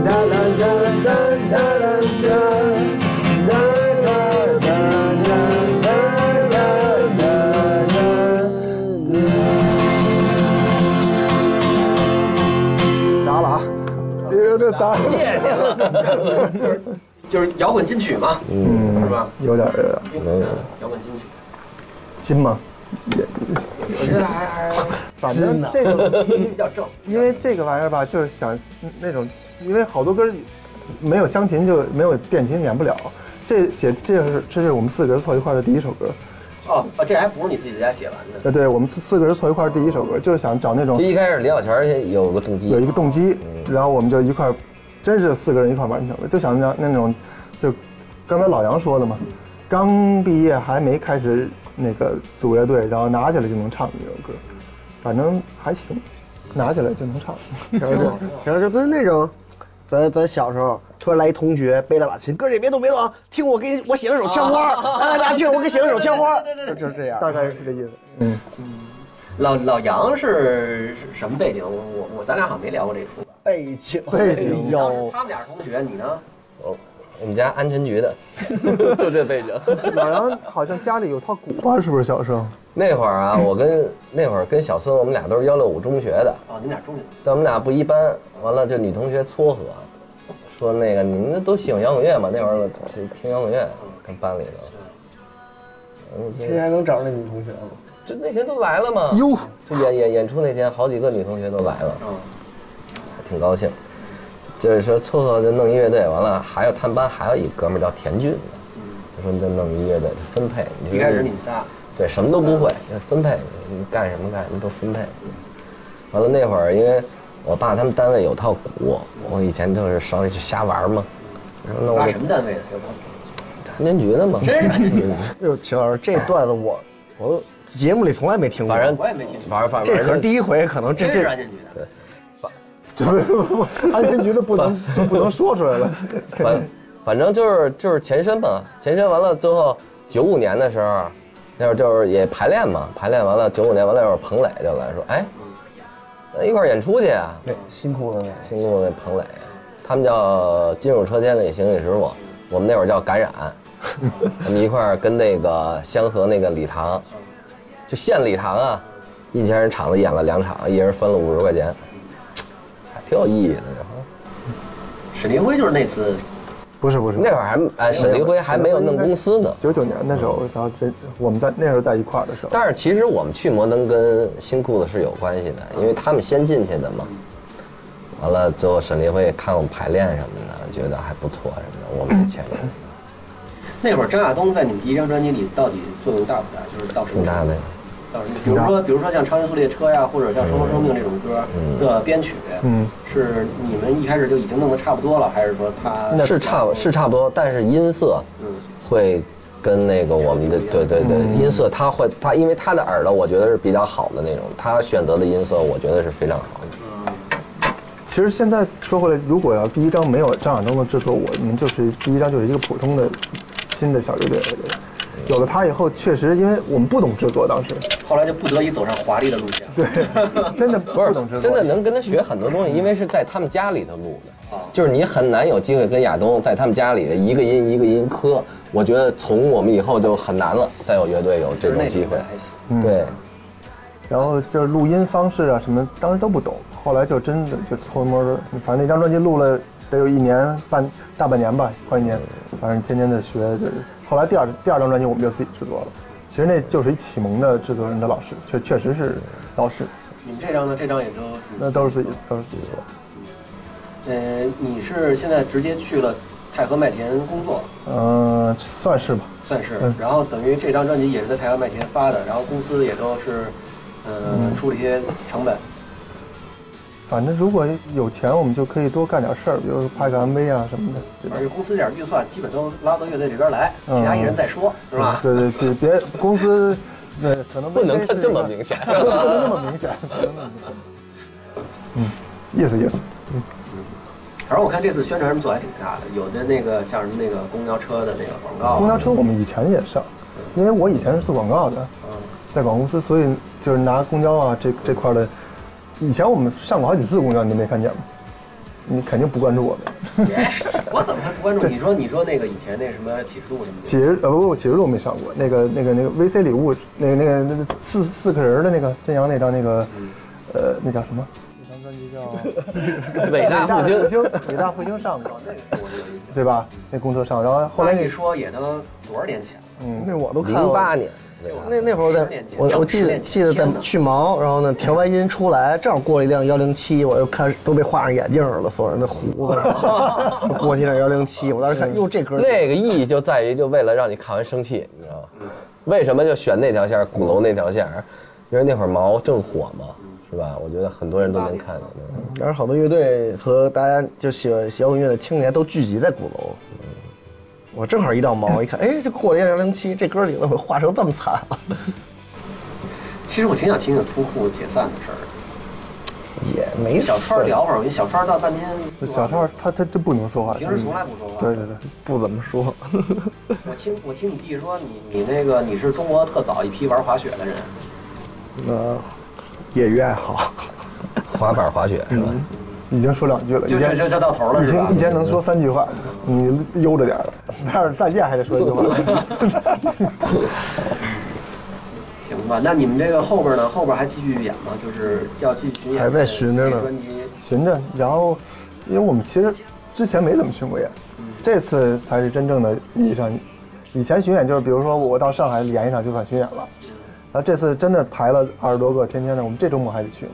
S2: 哒啦哒哒哒啦哒，哒哒哒哒哒哒哒哒。
S3: 砸了啊！哎呦，这砸了，
S4: 就是摇滚金曲嘛，嗯，是吧？
S3: 有点儿有点儿
S4: 嗯，摇滚金曲，
S3: 金吗？
S4: 我觉得还还还
S3: 反正这个，
S4: 比较正。
S3: 因为这个玩意儿吧，就是想嗯那种，因为好多歌儿没有湘琴就没有电琴演不了。这写这是这是我们四个人凑一块儿的第一首歌，
S4: 哦，啊这还不是你自己在家写的，你
S3: 呃，对我们四四个人凑一块儿第一首歌，就是想找那种
S5: 就一开始李小泉有个动机，
S3: 有一个动机，然后我们就一块儿，真是四个人一块儿完成的，就想让那种，就刚才老杨说的嘛，刚毕业还没开始那个组乐队，然后拿起来就能唱的那种歌，反正还行，拿起来就 [laughs] 能唱。
S7: 然后就然后就跟那种，咱咱小时候突然来一同学背了把琴，哥儿姐别动别动啊，听我给你我写了首枪花，来来大家听我给写了首枪花，就就是这样。
S3: 大概是这意思。嗯，
S4: 老老杨是是什么背景？我我我咱俩好像没聊过这出吧？
S7: 背景
S3: 背景
S4: 当时他们俩是同学，你呢？
S5: 我我们家安全局的，就这背景。
S3: 老杨好像家里有套鼓吧？是不是小时候？
S5: 那会儿啊，我跟那会儿跟小孙，我们俩都是幺六五中学的，
S4: 哦，你们俩中学，
S5: 但我们俩不一班。完了，就女同学撮合，说那个你们都喜欢摇滚乐嘛？那会儿我就听摇滚乐，跟班里头。嗯，
S7: 现在还能找着那女同学吗？
S5: 就就那天都来了嘛。
S3: 哟，
S5: 就演演演出那天，好几个女同学都来了，
S4: 嗯，
S5: 还挺高兴。就是说凑合就弄一乐队，完了还有他们班还有一哥们儿叫田俊的，就说你就弄一乐队，就分配。
S4: 一开始你们仨，
S5: 对，什么都不会，就分配，你干什么干什么都分配。完了那会儿，因为我爸他们单位有套鼓，我以前就是稍微就瞎玩嘛，然后弄
S4: 他
S5: 个
S4: 啊什么单位的？有吗
S5: 安全局的嘛，真是安全局的。
S2: 嗯
S7: 哎呦，秦老师这段子我我节目里从来没听过，
S5: 反正
S4: 我也没听说
S5: 玩反正
S7: 这可是第一回，可能这
S4: 真是
S7: 这
S4: 安全局的。
S3: 这不是安全局的不能就不能说出来了。
S7: [laughs]
S5: 反反正就是就是前身嘛，前身完了最后九五年的时候，那会儿就是也排练嘛，排练完了九五年完了，那会儿彭磊就来说，哎，咱一块儿演出去啊，
S7: 对辛苦了那
S5: 新裤那彭磊，他们叫金属车间类型的师傅，我们那会儿叫
S7: [laughs]
S5: 感染，我们一块儿跟那个香河那个礼堂，就县礼堂啊，一家人厂子演了两场，一人分了五十块钱，还挺有意义的。那会儿
S4: 沈凌辉就是那次，
S3: [laughs] 不是不是，
S5: 那会儿还哎，沈黎辉还没有弄公司呢。
S3: 九九年的时候，然后这我们在那时候在一块儿的时候，
S5: 但是其实我们去摩登跟新裤子是有关系的，因为他们先进去的嘛。完了之后，沈黎辉看我们排练什么的，觉得还不错什么的，我们也签了。
S4: 那会儿张亚东在你们第一张专辑里到底作用大不大？就是到什么程
S5: 挺
S4: 度
S5: 大的，
S4: 倒是比如说比如说像《长城速列车》呀，或者像《双方生命》这种歌
S5: 嗯
S4: 的编曲，
S3: 嗯，
S4: 是你们一开始就已经弄得差不多了，还是说他
S5: 是差不是差不多，但是音色
S4: 嗯
S5: 会跟那个我们的对对对音色，他会他因为他的耳朵我觉得是比较好的那种，他选择的音色我觉得是非常好的。
S3: 其实现在说回来，如果要第一张没有张亚东的制作，我们就是第一张就是一个普通的新的小乐队。我觉得有了他以后，确实因为我们不懂制作，当时
S4: 后来就不得已走上华丽的路线？对，
S3: [laughs] 真的不啊懂制作，
S5: 真的能跟他学很多东西，因为是在他们家里头录的，就是你很难有机会跟亚东在他们家里的一个音一个音磕。我觉得从我们以后就很难了，再有乐队有这种机
S4: 还行。
S3: 嗯
S5: 会。对，
S3: 然后就是录音方式啊什么，当时都不懂。后来就真的就偷摸的，反正那张专辑录了得有一年半大半年吧，快一年，反正天天的学。就是后来第二第二张专辑我们就自己制作了。其实那就是一启蒙的制作人的老师，确确实是老师，
S4: 你们这张呢？这张也就
S3: 那都是自己都是自己做。
S4: 呃，你是现在直接去了太和麦田工作，
S3: 嗯、算是吧。
S4: 算是
S3: 嗯，
S4: 然后等于这张专辑也是在太和麦田发的，然后公司也都是，
S3: 嗯
S4: 呃，出了一些成本，
S3: 反正如果有钱，我们就可以多干点事儿，比如拍个 MV 啊什么的。对吧
S4: 而且公司这点预算基本都拉到乐队这边来，
S3: 嗯
S4: 其他艺人再说，是吧？
S3: 对对对，别公司，对可能
S5: 不能
S3: MV 是一个
S5: 这么明显。
S3: 不能那么明显，不能那么明显。嗯，意思意思。
S4: 反正我看这次宣传什么做得还挺大的，有的那个像什么那个公交车的那个广告，
S3: 公交车我们以前也上，因为我以前是做广告的，在广告公司，所以就是拿公交啊这这块儿的。以前我们上过好几次公交，你没看见吗？你肯定不关注我们。
S4: 别哎我怎么会不
S3: [laughs]
S4: 关注？你说你说那个以前那什么启示录什么
S3: 几
S4: 的，
S3: 十呃不不，几十路没上过。那个那个那个 VC 礼物，那个那个那个四四个人儿的那个真阳那张那个，呃，那叫什么？那张专辑
S4: [laughs]
S3: 叫《
S5: [laughs] 伟大
S3: [laughs]
S5: 复兴
S3: 复兴》，伟大复兴上过，
S4: 那个是我有印象。
S3: 对吧？那公车上，然后后
S4: 后来
S3: 来
S4: 一
S3: 那
S4: 说也都多少年前了，
S2: 那我都看了
S5: 零八年，对吧？
S2: 那那会儿我
S4: 十
S2: 在
S4: 年，前
S2: 我我记
S4: 十
S2: 得
S4: 年前
S2: 记得在
S4: 天哪
S2: 去忙，然后呢调完音出来，正好过了一辆幺零七，我又看都被画上眼镜了，所有人的胡子，
S4: [laughs]
S2: 过去一辆幺零七，我当时看，哟这歌儿
S5: 那个意义就在于，就为了让你看完生气，你知道吗？为什么就选那条线儿，鼓楼那条线儿？因为那会儿毛正火嘛，是吧？我觉得很多人都
S3: 嗯
S5: 能看到。那
S2: 然后好多乐队和大家就喜欢摇滚乐的青年都聚集在鼓楼。我正好一到毛，一看，哎，这过了一幺零七，这歌里怎么画成这么惨了？ [laughs]
S4: 其实我挺想听听突库解散的事儿。
S2: 也没
S4: 小川
S2: 事儿
S4: 儿聊会儿，我跟小川儿到半天。
S3: 小超，他他真不能说话，
S4: 平时从来不说话。
S3: 对对对，
S8: 不怎么说，
S4: 我听我听你弟说你你那个你是中国特早一批玩滑雪的人，
S8: 那业余爱好，
S5: 滑板、滑雪是吧？
S3: 嗯已经说两句了，
S4: 就
S3: 一
S4: 就
S3: 天
S4: 就就到头了
S3: 一
S4: 是吧
S3: 天一？天能说三句话，你悠着点儿，但是再见还得说一句话。
S4: [laughs] 行吧，那你们这个后边呢？后边还继续演吗？就是要继续巡演？
S2: 还在巡着呢
S4: 这专辑
S3: 寻着，然后因为我们其实之前没怎么巡过演，这次才是真正的意义上，以前巡演就是比如说我到上海演一场就算巡演了，然后这次真的排了二十多个，天天的，我们这周末还得去呢，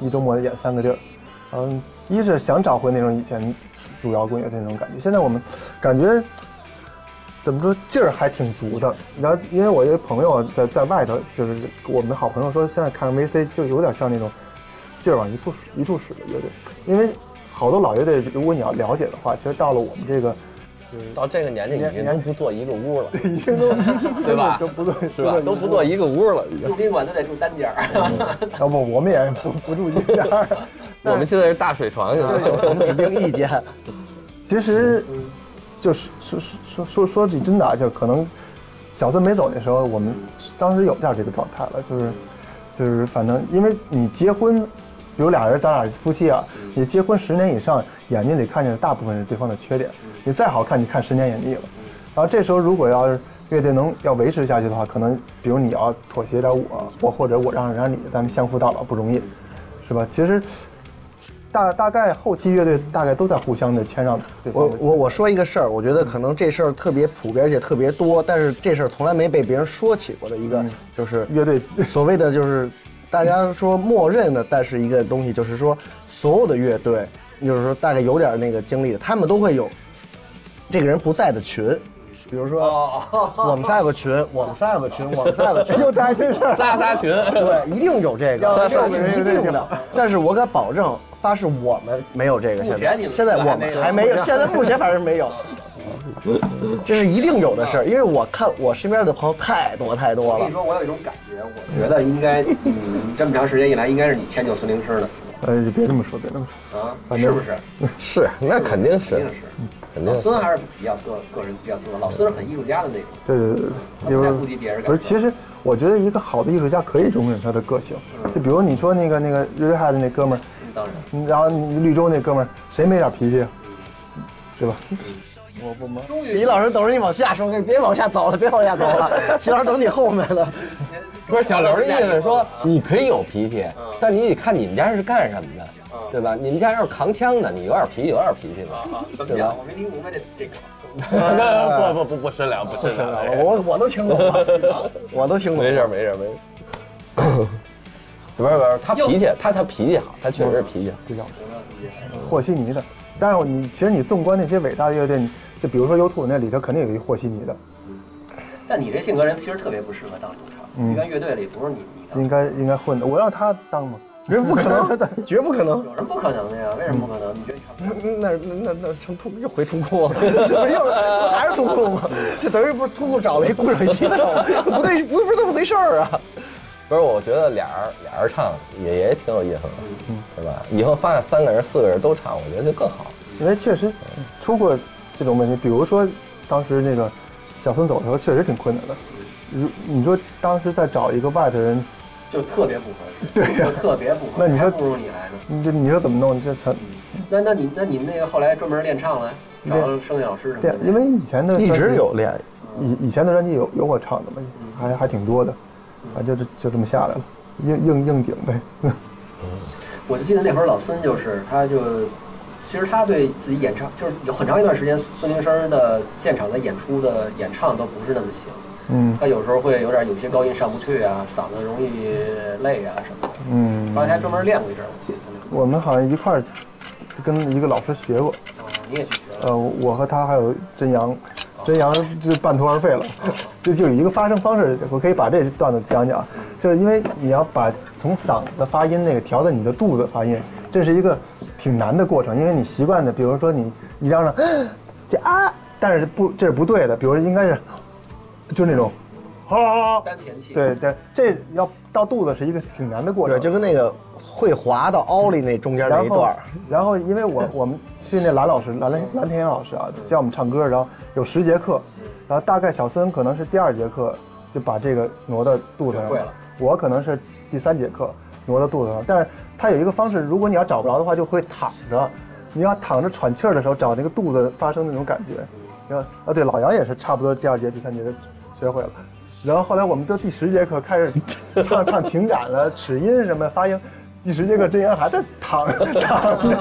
S3: 一周末演三个地儿，嗯，一是想找回那种以前主摇滚乐队那种感觉，现在我们感觉怎么说劲儿还挺足的。然后因为我一个朋友在在外头，就是我们的好朋友说，现在看 VC 就有点像那种劲儿往一处使一处使的乐队，因为好多老乐队，如果你要了解的话，其实到了我们
S5: [laughs]
S3: 这个
S5: 到这个年纪，已经都不坐一个屋了，
S3: 已经都
S5: 对吧
S3: 都不 [laughs] 对，
S5: 是吧？都不坐一个屋了，已经。
S4: 住宾馆都得住单间儿，
S3: 要不我们也不不注意点儿。 [laughs]
S5: 我们现在是大水床，现在 [laughs]
S2: 我们指定意见，
S3: 其实，就是说说说说句真的啊，就可能小孙没走那时候，我们当时有点这个状态了，就是就是反正因为你结婚，比如俩人咱俩是夫妻啊，你结婚十年以上，眼睛里看见的大部分是对方的缺点，你再好看，你看十年也腻了。然后这时候如果要是乐队能要维持下去的话，可能比如你要妥协点我，我或者我让让你，咱们相夫到老不容易，是吧？其实。大大概后期乐队大概都在互相的谦让对方
S2: 我
S3: 的
S2: 我我说一个事儿，我觉得可能这事儿特别普遍，而且特别多，但是这事儿从来没被别人说起过的一个，就是
S3: 乐队
S2: 所谓的就是大家说默认的，但是一个东西就是说所有的乐队，就是说大概有点那个经历的，他们都会有这个人不在的群，比如说，我们赛个群，我们赛个群，我们赛个
S3: [laughs]
S2: 群，
S3: 又扎这事儿，
S5: 仨仨群，
S2: 对，一定有这
S3: 要
S2: 个，
S3: 不
S2: 这
S3: 然
S2: 是一定
S3: 这
S2: 的。但是我敢保证，发誓我们没有这个。
S4: 目
S2: 现
S4: 前
S2: 在
S4: 你们
S2: 现在
S4: 四个
S2: 我
S4: 还没
S2: 们
S4: 有
S2: 还没有，现在目前反正没有。这是一定有的
S4: [laughs]
S2: 事儿，因为我看我身边的朋友太多太多
S4: 我跟
S2: 了
S4: 你。说，我有一种感觉，我觉得应
S3: [laughs]
S4: 该，嗯，这么长时间以来，应该是你迁就孙灵师的
S3: 哎，别这么说，别这么说。
S4: 啊，
S3: 反
S4: 是
S3: 正
S4: 不是？
S5: 是那肯定
S4: 肯
S5: 是
S4: 定，是。
S5: 肯定
S4: 老
S5: 是。
S4: 孙还是比较个个人比较自我，老孙是很艺术家的那种，
S3: 对对对对，因
S4: 不太
S3: 为
S4: 顾及别人感
S3: 不是，
S4: 受
S3: 其实我觉得一个好的艺术家可以容忍他的个性，就比如你说那个那个 r e h a 的那哥们儿，
S4: 嗯
S3: 嗯
S4: 当然。
S3: 然后你绿洲那哥们儿，谁没点脾气啊？是吧？
S2: 齐老师，等着你往下说，别往下走了，别往下走
S4: [laughs]
S2: 了。齐老师等你后面了。
S5: 不是小刘的意思是说，你可以有脾气，但你得看你们家是干什么的，对吧？你们家要是扛枪的，你有点脾气，有点脾气吧，
S4: 啊，怎么
S5: 对吧
S4: 讲？我？没听明白这这个。
S5: [laughs] 那不不不不深嗯聊，不深聊，没事
S2: 我我都听懂
S4: [laughs]
S2: 了，我都听懂
S5: [laughs] 没
S2: 了。
S5: 事没事没事。 [coughs] 不是不是，他脾气，他他脾气好，他确实是脾气好。
S3: 和稀泥的。但是你其实你纵观那些伟大的乐队，你就比如说 U2 那里头肯定有一和稀泥的，
S4: 但你这性格人其实特别不适合当主
S3: 嗯
S4: 唱，一般乐队里不是你你当
S3: 应该应该混的。我让他当吗？人不可能，他
S2: 绝不可能！
S4: 有人不可能的呀，为什么不可能？你觉得你唱不了？
S2: 那那那那成突又回突库了，这不是又不还是突库吗？这等于不是突库找了一鼓手一起走，不对，不是不是这么回事儿啊！
S5: 不是，我觉得俩人俩人唱也也挺有意思的，对吧？以后发现三个人、四个人都唱，我觉得就更好。
S3: [laughs] 因为确实出过这种问题，比如说当时那个小孙走的时候，确实挺困难的。如你说当时再找一个外头人，
S4: 就特别不合
S3: [laughs]
S4: 适，对，就特别不合适。
S3: 那你说
S4: 还不如你来呢？
S3: 你这你说怎么弄？这才
S4: 那那你那你那个后来专门练唱来，
S3: 练
S4: 找声乐老师什么
S3: 练
S4: 的，，
S3: 因为以前的
S2: 一
S3: 专
S2: 直
S3: 辑
S2: 有练，
S3: 以以前的专辑有有我唱的嘛，还还挺多的，啊，就这就这么下来了，硬硬硬顶呗。
S4: 我就记得那会儿老孙就是，他就其实他对自己演唱，就是有很长一段时间，孙宁生的现场的演出的演唱都不是那么行。
S3: 嗯
S4: 他有时候会有点有些高音上不去啊，嗓子容易累啊什么的。
S3: 嗯
S4: 后来他还专门练过一阵儿，我记得那
S3: 我们好像一块儿跟一个老师学过，
S4: 个。哦，你也去学了。
S3: 呃，我和他还有真阳，真阳就半途而废了， [laughs] 就就有一个发声方式，我可以把这段子讲讲，就是因为你要把从嗓子发音那个调到你的肚子发音，这是一个挺难的过程，因为你习惯的，比如说你一嚷嚷，这啊，但是不这是不对的，比如说应该是，就那种，啊，
S4: 丹田气。
S3: 对对，这要到肚子是一个挺难的过
S2: 对，
S3: 程，
S2: 就跟那个会滑到奥利那中间那
S3: 然
S2: 一
S3: 后
S2: 段儿，
S3: 然后因为我我们去那蓝老师蓝蓝蓝天阳老师啊，教我们唱歌，然后有十节课，然后大概小孙可能是第二节课就把这个挪到肚子上
S4: 学会了
S3: 我可能是第三节课挪到肚子上，但是他有一个方式，如果你要找不着的话，就会躺着，你要躺着喘气儿的时候找那个肚子发生那种感觉，然后啊对，老杨也是差不多第二节第三节的学会了。然后后来我们都第十节课开始唱唱情感了， [laughs] 齿音什么发音，第十节课真阳还在躺躺着。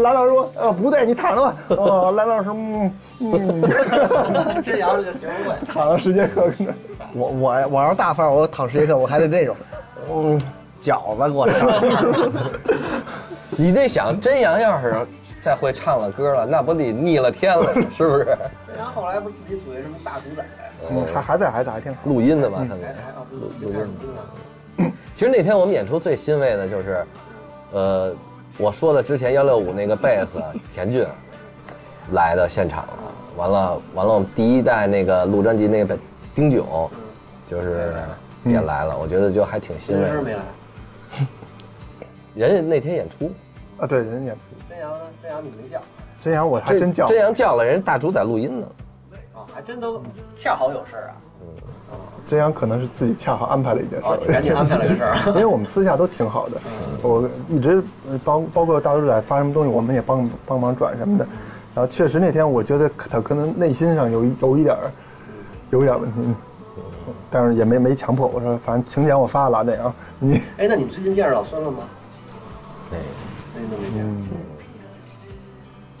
S3: 蓝老师说：“呃，不对，你躺着吧。”哦，蓝老师，嗯 [laughs] 嗯，
S4: 这样就行了。
S3: 躺了十节课跟那儿。
S2: 我我我要是大范儿，我躺时一刻我还得那种，嗯，饺子给我上。
S5: 你得想，真阳要是再会唱了歌了，那不得逆了天了，是不是？
S4: 然后后来不是自己组一什么大主宰，
S3: 嗯还还在还在还挺好。
S5: [laughs] 录音的吧，他们
S4: 还。还啊不是就开始听了。
S5: 嗯其实那天我们演出最欣慰的就是，呃，我说的之前幺六五那个贝斯啊田俊来的现场了，完了完了，我们第一代那个录专辑那个丁炯，就是也来了，我觉得就还挺欣
S4: 孙
S5: 慰
S4: 宁生没
S5: 的。
S4: 来。
S5: 人家那天演出，
S3: 啊，对，人家也
S4: 真阳呢？真阳你们没叫
S3: 真阳我还真叫，
S5: 真阳叫了，人家大主宰录音呢。
S4: 啊？还真都恰好有事儿啊。
S3: 真阳可能是自己恰好安排了一件事
S4: 哦，赶紧
S3: 儿。
S4: 安排了个事儿。
S3: [laughs] 因为我们私下都挺好的，我一直呃帮包括大主宰发什么东西，我们也帮帮忙转什么的。然后确实那天我觉得他可能内心上有一有一点儿，有一点儿问题，嗯但是也没没强迫我说，反正请柬我发了那样，你
S4: 哎，那你们最近见着老孙了吗？
S5: 对，
S4: 那你都没见，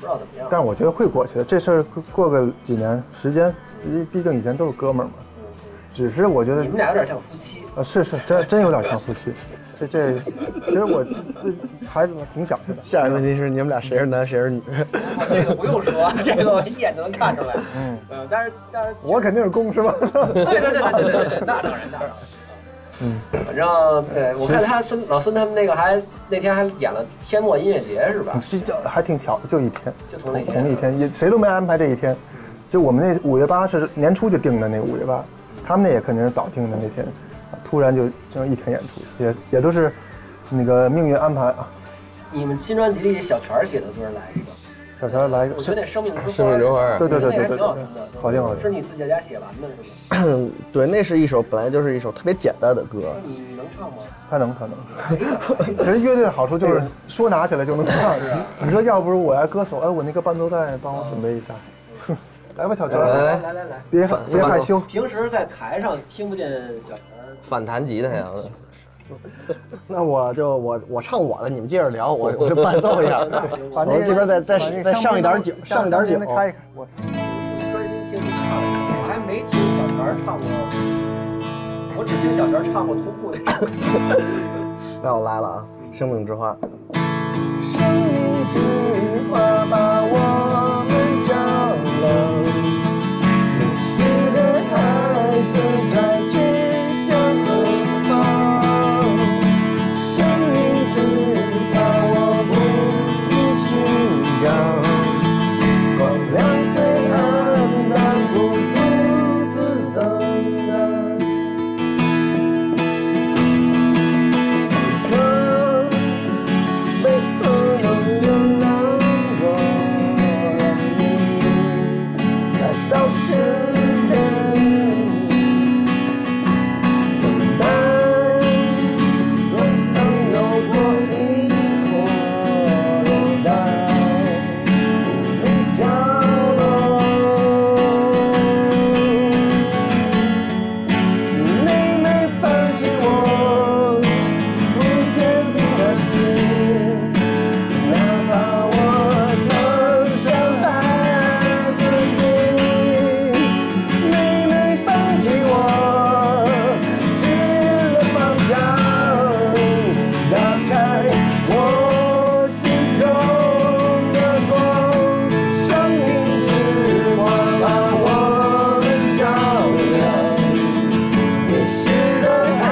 S4: 不知道怎么样。
S3: 但是我觉得会过去的，这事儿过过个几年时间，毕毕竟以前都是哥们儿嘛。只是我觉得呃
S4: 你们俩有点像夫妻，
S3: 啊，是是，真真有点像夫妻。这这，其实我这孩子们挺想的。
S2: [laughs] 下一个问题是你们俩谁是男谁是女？ [laughs]
S4: 这个不用说，这个我一眼就能看出来。嗯，呃，但是但是
S3: 我肯定是公是吧？
S4: 对对对对对对对，那当然那当然。嗯，反正对我看他孙老孙他们那个还那天还演了天漠音乐节是吧？
S3: 这叫啊还挺巧，就一天，
S4: 就同那天
S3: 同一天，也谁都没安排这一天。就我们那五月八是年初就定的那个五月八，他们那也肯定是早定的那天，啊突然就这样一天演出，也也都是那个命运安排啊。
S4: 你们新专辑里小泉写的歌来一个，
S3: 小乔来一个
S4: 我，觉得那生命之花，
S5: 生命之花
S3: 对对对
S4: 那
S3: 对
S4: 还
S3: 对
S4: 挺好听的
S3: 对，，好听好
S4: 是
S3: 听。
S4: 你自己在家写完的是吗？
S2: 对，那是一首本来就是一首特别简单的歌，
S4: 你能唱吗？
S3: 他能可能。 [laughs] 其实乐队的好处就是说拿起来就能唱。你说要不是我呀，歌手，哎，我那个伴奏带帮我准备一下。 [laughs] 来吧，小乔，
S2: 呃
S5: 来
S4: 来来来，
S3: 别别害羞。
S4: 平时在台上听不见小泉儿
S5: 反弹吉他呀，
S2: [laughs] 那我就我我唱我的，你们接着聊，我我就伴奏一下。
S3: 把
S2: 我们这边再再再上一点酒，上一点酒。哦
S3: 开一开。我
S4: 专心听你唱，我还没听小泉儿唱过，我只听小泉儿唱过《图库》那首。
S2: 那我来了啊，《生命之花》。
S9: 生命之花把我们照亮，迷失的孩子该去向何方？生命之花我不必寻找，光亮虽暗淡，不独自等待。可为何能原谅我让你来到身边？等待，若曾有过一颗落到无名角落，你没放弃我。不坚定的心，哪怕我曾伤害自己，你没放弃我，指引了方向，打开我心中的光，生命之花把我们照亮。迷失的孩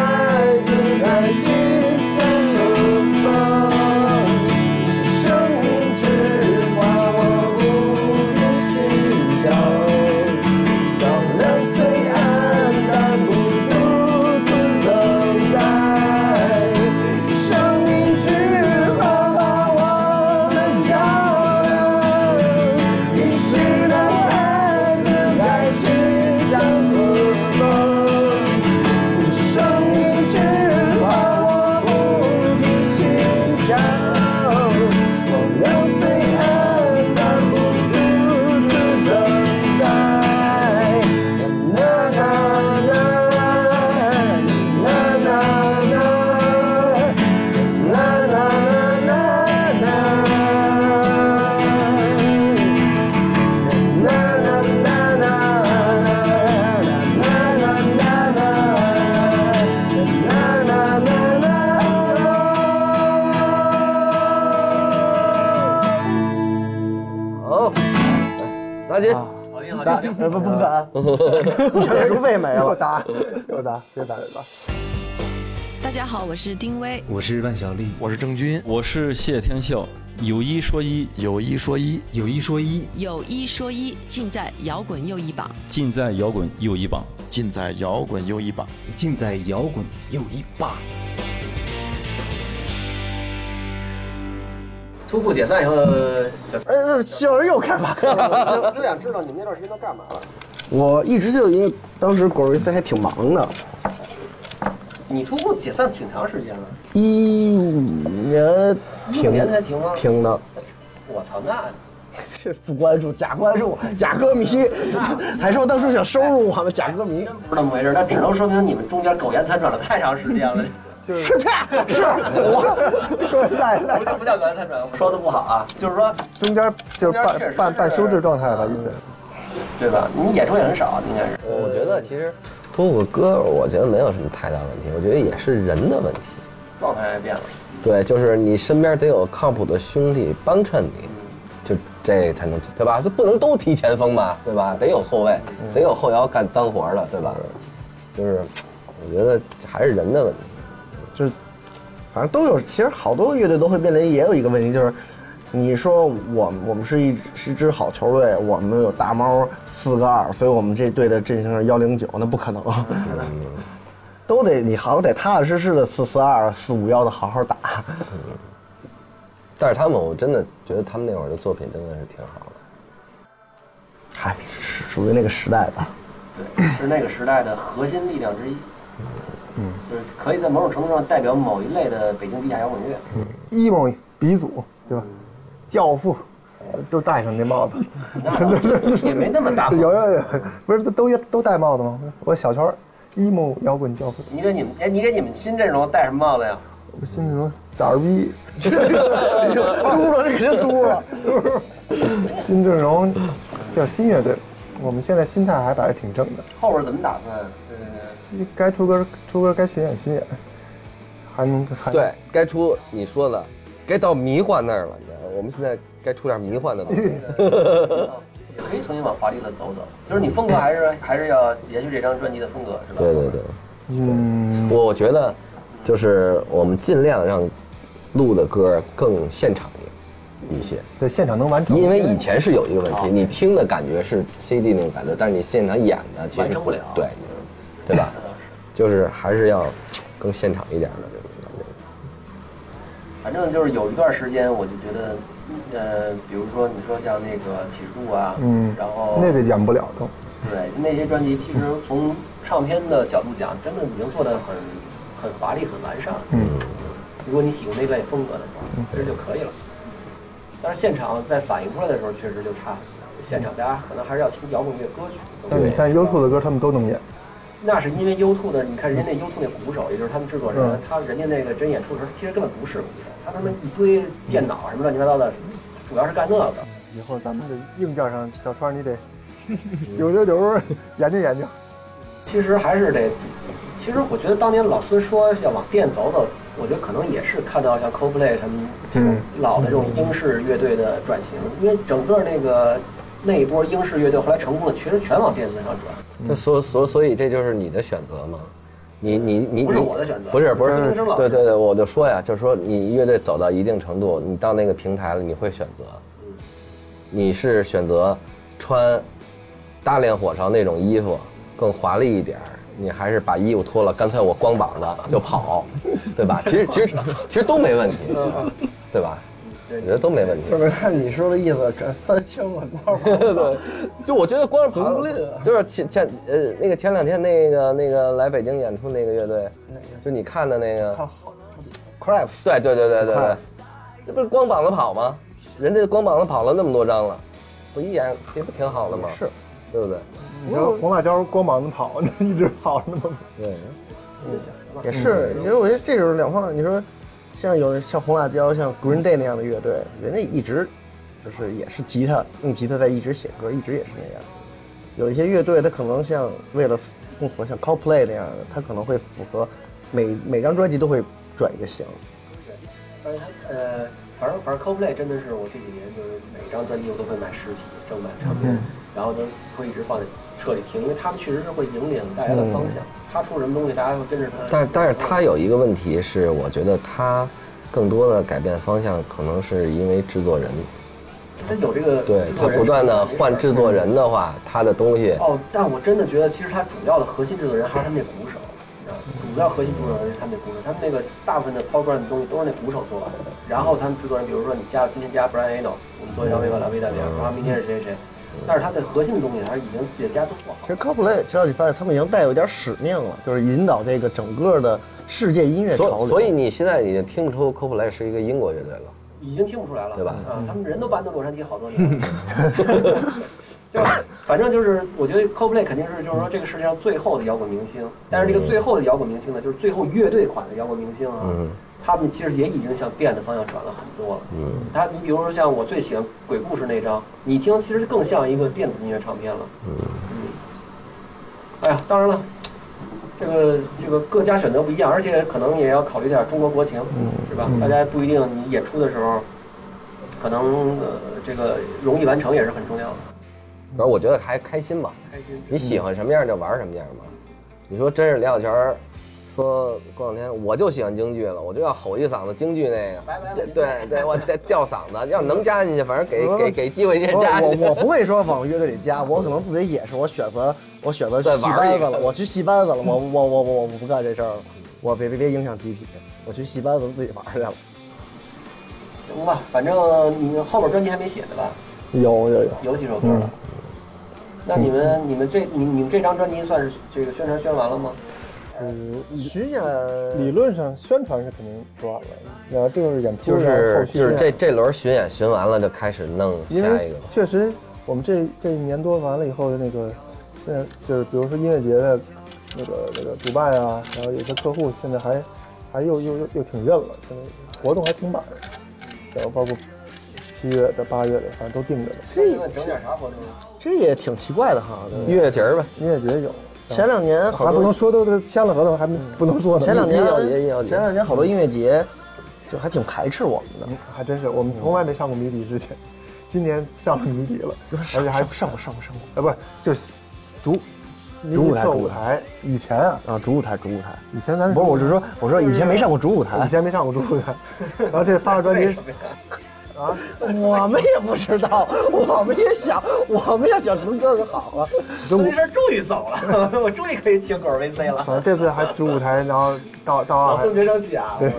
S9: 子该去向何方？生命之花我无人寻找，照亮虽暗淡，不独自等待。生命之花把我们照亮，迷失的孩子该去向何方？生命之花，我不必寻找。光亮虽暗淡，不独自等待。啦啦啦啦啦啦啦啦啦啦啦。啦啦啦啦啦啦啦啦啦啦啦啦啦。
S5: 好，砸金，
S4: 好
S2: [laughs]
S3: [laughs]
S4: 听好
S2: 咱
S4: 听。
S2: 呃不不敢，你这路费没
S3: 又
S2: 了。
S3: 砸又砸，别砸别砸。
S10: 大家好，我是丁薇。
S11: 我是万晓利，
S12: 我是郑钧，
S11: 我是谢天笑。有一说一，
S12: 有一说一，
S11: 有一说一，
S10: 有一说一，尽在摇滚又一榜。
S11: 尽在摇滚又一榜，
S12: 尽在摇滚又一榜。
S11: 尽在摇滚又一榜。
S4: 图库解散以后，小泉
S2: [laughs] 哎，小人又开始把歌了。
S4: 儿，就想知道你们那段时间都干嘛了？
S2: 我一直就因为当时果儿维斯还挺忙的，
S4: 你图库解散挺长时间了，
S2: 一五年
S4: 一五年才
S2: 停
S4: 停吗？
S2: 停的。
S4: 我操，那
S2: 不关注，假关注，假歌迷，还说当初想收入我们，假歌迷
S4: 真，不是那么回事儿，那只能说明你们中间苟延残喘了太长时间了。
S2: 是啪，是我，
S3: 来来，
S4: 不叫不叫苟延残喘，我说的不好啊，就是说，
S3: [laughs] 中间就是半半半休止状态吧，一直。
S4: 对吧？你演出也很少，应该是。
S5: 我觉得其实，通过歌，我觉得没有什么太大问题，我觉得也是人的问题。
S4: 状态变了。
S5: 对，就是你身边得有靠谱的兄弟帮衬你，就这才能对吧？就不能都踢前锋吧，对吧？得有后卫，得有后腰干脏活的，对吧？嗯就是我觉得还是人的问题。
S2: 就是反正都有。其实好多乐队都会面临也有一个问题，就是你说我们我们是一是一支好球队，我们有大猫四个二，所以我们这队的阵型是幺零九，那不可能。 [laughs] 都得你好歹踏踏实实的四四二四五幺的好好打，
S5: 但是他们，我真的觉得他们那会儿的作品真的是挺好的。
S2: 嗨，是属于那个时代吧。
S4: 对，是那个时代的核心力量之一，
S3: 嗯，
S4: 就是可以在某种程度上代表某一类的北京地下摇滚乐。
S3: 嗯 emo 鼻祖，对吧？教父，都戴上 [laughs] 那帽子， [laughs]
S4: [laughs] 也没那么大
S3: 有有有，不是都都都戴帽子吗？我小圈儿 emo 摇滚教父，
S4: 你给你们，哎，你给你们新阵容戴什么帽子呀？
S3: 我心里说崽儿
S2: [laughs]
S3: 逼，嘟
S2: 了，这肯定嘟
S3: [laughs]
S2: 了。
S3: 新阵容就是新乐队，我们现在心态还摆得挺正的，
S4: 后边怎么打算？呃对对对。
S3: 这该出歌出歌，该巡演巡演，还能还
S5: 对该出你说的，该到迷幻那儿了，你知道吗？我们现在该出点迷 [laughs] 幻的东西。
S4: 也可以重新往华丽的走走，就是你风格
S3: [laughs]
S4: 还是还是要延续这张专辑的风格，是吧？
S5: 对对对，
S3: 嗯，
S5: 我觉得就是我们尽量让录的歌更现场一些。
S3: 对现场能完
S4: 哦
S3: 成，
S5: 因为以前是有一个问题，你听的感觉是 CD 那种感觉，但是你现场演的其实
S4: 完成不了
S5: 对，对吧？就是还是要更现场一点的这种感觉。
S4: 反正就是有一段时间，我就觉得，呃，比如说你说像那个起诉啊，
S3: 嗯，
S4: 然后
S3: 那个演不了都，
S4: 对那些专辑，其实从唱片的角度讲，真的已经做得很很华丽、很完善了。
S3: 嗯，
S4: 如果你喜欢那类风格的话，其实就可以了。但是现场在反应出来的时候，确实就差。现场大家可能还是要听摇滚乐歌曲。
S3: 但是你看 U2 的歌他们都能演，
S4: 那是因为 U2 的，你看人家那 U2 那鼓手，也就是他们制作人，
S3: 嗯
S4: 他人家那个真演出的时候，其实根本不是鼓手，他他妈一堆电脑啊什么乱七八糟的，主要是干那个。
S3: 以后咱们的硬件上小川你
S2: [laughs]
S3: 得有有有研究研究，
S4: 其实还是得，其实我觉得当年老孙说要往电走走，我觉得可能也是看到像 Coldplay 什么这种老的这种英式乐队的转型，因为整个那个那一波英式乐队后来成功了，其实全往电子上转。
S5: 这所所所以这就是你的选择吗？你你你
S4: 不是
S5: 你
S4: 我的选择
S5: 不是不
S4: 是
S5: 是
S4: 林生老，师
S5: 对对对，我就说呀，就是说你乐队走到一定程度，你到那个平台了，你会选择，
S4: 嗯
S5: 你是选择穿大连火烧那种衣服更华丽一点儿你还是把衣服脱了，干脆我光膀子就跑，对吧？其实其实其实都没问题，
S4: 嗯
S5: 对吧？我觉得都没问题。
S2: 就是看你说的意思，这三千万包。对，
S5: [laughs] 就我觉得光是跑
S2: 不吝啊
S5: 就是前前呃那个前两天那个那个来北京演出那个乐队，就你看的那个
S2: c r a p
S5: 对对对对对对，这不是光膀子跑吗？人家光膀子跑了那么多张了，不依然这不挺好的吗？
S3: 是，
S5: 对不对？
S3: 你知道黄大钊光膀子跑，一直跑着呢吗？
S5: 对，
S2: 也是，其实我觉得这种两方，你说像有像红辣椒、像 Green Day 那样的乐队，人家一直就是也是吉他用吉他在一直写歌，一直也是那样。有一些乐队，它可能像为了更火，像 Coldplay 那样的，它可能会符合每每张专辑都会转一个型。
S4: 反正他呃，反正反正 Coldplay 真的是我这几年就是每张专辑我都会买实体正版唱片，然后都会一直放在车里听，因为他们确实是会引领大家的方向。他出什么东西，大家会跟着他。
S5: 但但是他有一个问题是，我觉得他更多的改变方向，可能是因为制作人，
S4: 他有这个
S5: 对
S4: 制作
S5: 他
S4: 人
S5: 不断的
S4: 是吧
S5: 换制作人的话，他的东西
S4: 哦，但我真的觉得，其实他主要的核心制作人还是他们那鼓手，你知道吗？主要核心制作人是他们那鼓手，他们那个大部分的抛砖的东西都是那鼓手做完的。然后他们制作人，比如说你加今天加 Brian Eno，我们做一张维瓦拉维达这样，然后明天是谁谁谁，但是他的核心的东西还是已经自己的家都做好
S2: 其实 Coldplay 其实你发现他们已经带有点使命了，就是引导这个整个的世界音乐潮
S5: 所
S2: 流。
S5: 所以你现在已经听不出 Coldplay 是一个英国乐队了。
S4: 了，已经听不出来了，
S5: 对吧
S4: 啊，他们人都搬到洛杉矶好多年了。
S5: [laughs]
S4: 就是反正就是，我觉得 Coldplay 肯定是就是说这个世界上最后的摇滚明星，但是这个最后的摇滚明星呢，就是最后乐队款的摇滚明星啊，
S5: 嗯
S4: 他们其实也已经向电的方向转了很多了。
S5: 嗯，
S4: 他，你比如说像我最喜欢《鬼故事》那张，你听其实嗯更像一个电子音乐唱片了。嗯，哎呀，当然了，这个这个各家选择不一样，而且可能也要考虑点中国国情，
S3: 嗯
S4: 是吧？大家不一定你演出的时候，可能呃这个容易完成也是很重要的。
S5: 主要我觉得还开心嘛，
S4: 开心
S5: 你喜欢什么样就玩什么样嘛。你说真是李小泉儿说过两天我就喜欢京剧了，我就要吼一嗓子京剧那个，对对，我得吊嗓子，要能加进去，反正给给给机会你也加
S2: 我
S5: 进去。
S2: 我我不会说往乐队里加，我可能自己也是，我选择我选择
S5: 再
S2: 戏
S5: 玩儿
S2: 班
S5: 一
S2: 子
S5: 个
S2: 了，我去戏班子了，我我我我我不干这事儿了，我别别别影响集体，我去戏班子自己玩儿去了。
S4: 行吧，反正你们后边专辑还没写呢吧？
S3: 有有有，嗯
S4: 有几首歌了？那你们你们这你你们这张专辑算是这个宣传宣完了吗？
S3: 嗯，
S2: 巡演
S3: 理论上宣传是肯定做完了，然后就是演出，
S5: 就
S3: 然后后
S5: 是
S3: 续
S5: 就是这这轮巡演巡完了就开始弄
S3: 因
S5: 下一
S3: 为
S5: 个吧。
S3: 确实，我们这这一年多完了以后的那个，现在就是比如说音乐节的那个那个主办啊，然后有些客户现在还还又又又又挺认了，现在活动还挺满的，然后包括七月的、八月的，反正都定着呢。
S2: 这
S4: 整点啥活
S3: [laughs]
S4: 动？
S2: 这也挺奇怪的哈，对不对
S5: 音乐节儿吧，
S3: 音乐节有。
S2: 前两年嗯好多
S3: 还不能说都都签了合同，还没不能说呢。
S2: 前两年
S3: 音乐节音乐节
S2: 前两年好多音乐节就还挺排斥我们的，
S3: 还真是，我们从来没上过谜底之前，今年上了谜底了，而且还上过上过上过，啊，不是就是主
S2: 主舞台主
S3: 迷你侧舞台，以前啊
S2: 啊主舞台主舞台，
S3: 以前咱
S2: 不是我是说我说以前没上过主舞
S3: 以
S2: 台，
S3: 前没上过主舞台，然后这发了专辑，啊，
S2: [laughs] 我们也不知道，我们也想我们也想能这就好啊了，
S4: 孙医生终于走了， [laughs] 我终于可以请狗儿 VC 了。
S3: 反正这次还主舞台，然后到到
S4: 老
S3: 二，
S4: 孙别生气啊，我
S3: 对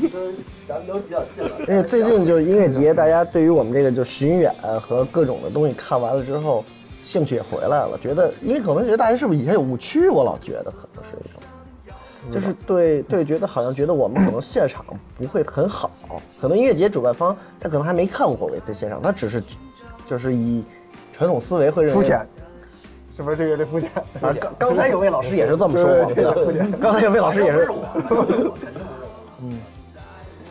S4: 是 [laughs] 跟咱们都比较近了。
S2: 因为最近就是音乐节，大家对于我们这个就巡演和各种的东西看完了之后，兴趣也回来了。觉得，因为可能觉得大家是不是以前有误区？我老觉得可能是一种，就是对对，觉得好像觉得我们可能现场不会很好，可能音乐节主办方他可能还没看过 VC 现场，他只是就是以传统思维会认为
S3: 肤浅，是不是这个这肤浅？
S2: 反正刚刚才有位老师也是这么说我
S3: 对对对对
S2: 们的，刚才有位老师也是，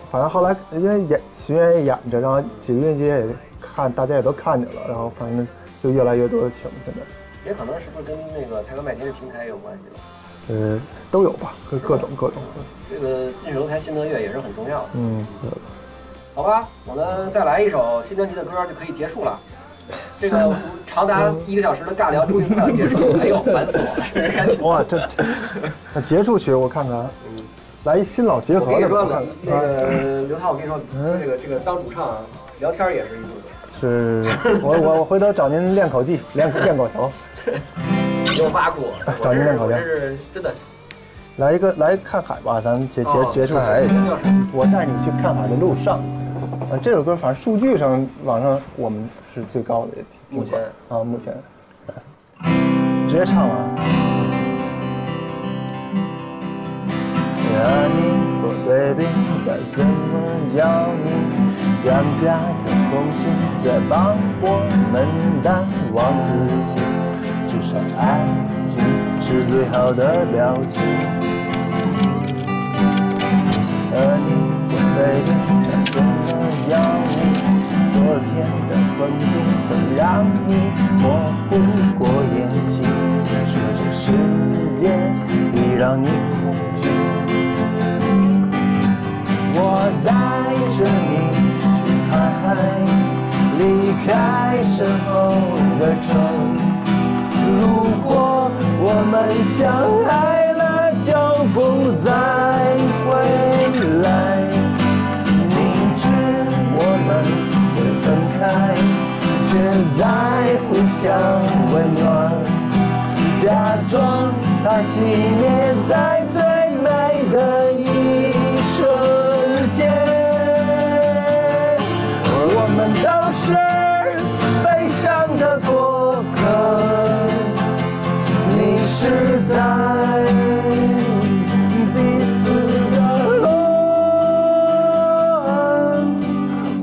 S3: 反正后来呃因为演巡演也演着，然后几个音乐节也看，大家也都看见了，然后反正就越来越多的请，现在。
S4: 也可能是不是跟那个台湾麦田这平台有关系吧？
S3: 呃，都有吧，各各种各种。
S4: 这个近水楼台先得月也是很重要的，
S3: 嗯，
S4: 好吧？我们再来一首新专辑的歌就可以结
S3: [laughs]
S4: 束了。这个长达一个小时的尬聊终于快要结束
S3: [laughs]
S4: 了，哎呦，烦死我了！ [laughs] 真是赶紧
S3: 哇，这这那结束曲我看看，来一新老结
S4: 我
S3: 合
S4: 跟你
S3: 的，嗯
S4: 说
S3: 我
S4: 了
S3: 看，
S4: 那个刘涛，我跟你说，这个这个当主唱啊，聊天也是一部分，
S3: 是，我我我回头找您练口技，练练口条，
S4: 你给我挖苦我，
S3: 找您练口条
S4: 这是真的。
S3: 来一个来看海吧，咱们结结
S4: 哦
S3: 结束
S5: 看海也
S3: 曲
S5: 行，
S3: 我带你去看海的路上。呃，这首歌反正数据上网上我们是最高的，也挺
S4: 目前
S3: 啊目前，直接唱了。那啊你我 baby 该怎么叫你？尴尬的空气在帮我们淡忘自己，至少爱情是最好的表情。而你我 baby 该怎么叫你？昨天的风景曾让你模糊过眼睛，但是这世界已让你恐惧。我带着你去看海，离开身后的城。如果我们相爱了，就不再回来。明知我们会分开，却在互相温暖。假装它熄灭在最美的一瞬间。我们都是悲伤的过客，迷失在彼此的乱。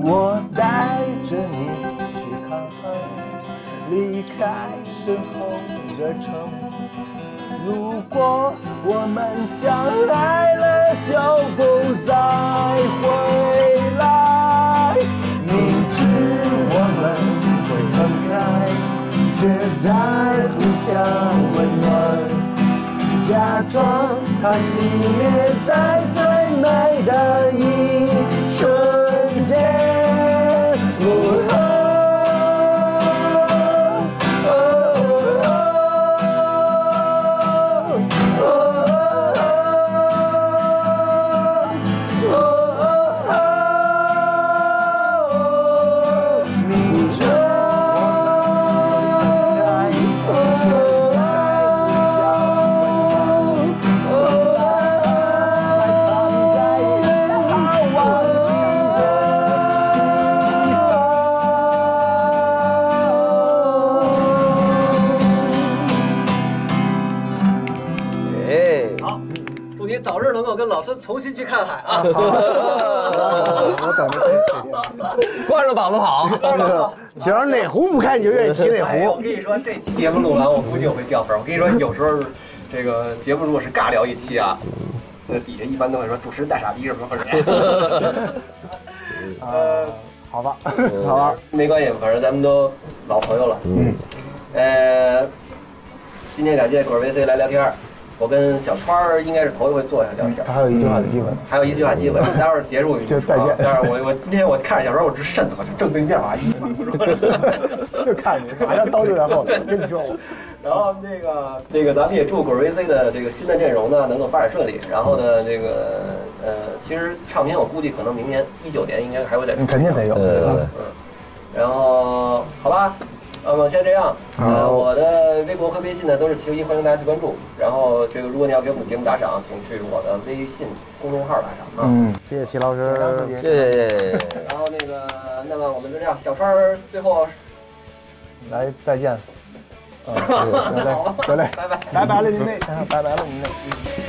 S3: 我带着你去看海，离开身后的城。如果我们相爱了，就不再回来。明知我们会分开，却在互相温暖，假装它熄灭在最美的一瞬间。哦你睁开我
S13: 哎，好，祝你早日能够跟老孙重新去看海
S4: [laughs]
S13: 啊！
S2: 我等着，
S5: 光着膀子跑。
S2: 只要哪壶不开，你就
S4: [laughs]
S2: 愿意提哪
S1: 哎我
S2: 壶
S1: 跟。你说，这期节目录完，我估计我会掉分儿。我跟你说，有时候这个节目如果是尬聊一期啊，这底下一般都会说主持人大傻逼什么或者。
S2: [laughs]
S1: 呃，
S2: 好吧，
S4: 嗯
S2: 好吧，
S1: [laughs] 没关系，反正咱们都老朋友了。
S5: 嗯，
S1: 呃，今天感谢果儿 VC 来聊天儿，我跟小川儿应该是头一回坐下聊天儿。
S4: 嗯
S1: 嗯
S4: 还有一句话的机会，嗯
S1: 还有一句话机会，待会儿结束啊
S4: 就再见
S1: 待会儿我我今天我看着小川，我直瘆得慌，就正对面啊，一句话不说。
S2: 就看你，马上刀就在后头，跟你说我。
S1: 然后那个这个咱们也祝 g r a c 的这个新的阵容呢能够发展顺利。然后呢，这个呃，其实唱片我估计可能明年一九年应该还会再出，
S4: 嗯肯定得有
S1: 对吧
S4: 对对对
S1: 嗯，然后好吧，那么先这样。呃，
S4: 好
S1: 我的微博和微信呢都是齐友一，欢迎大家去关注。然后这个如果你要给我们节目打赏，请去我的微信公众号打赏啊。
S2: 嗯，谢谢齐老师，
S5: 谢谢谢谢谢谢。
S1: 然后那个，那么我们就这样，小川儿最后
S4: 来再见。啊，得嘞，得嘞，
S1: 拜拜，
S4: 拜拜了您嘞，拜拜了您嘞。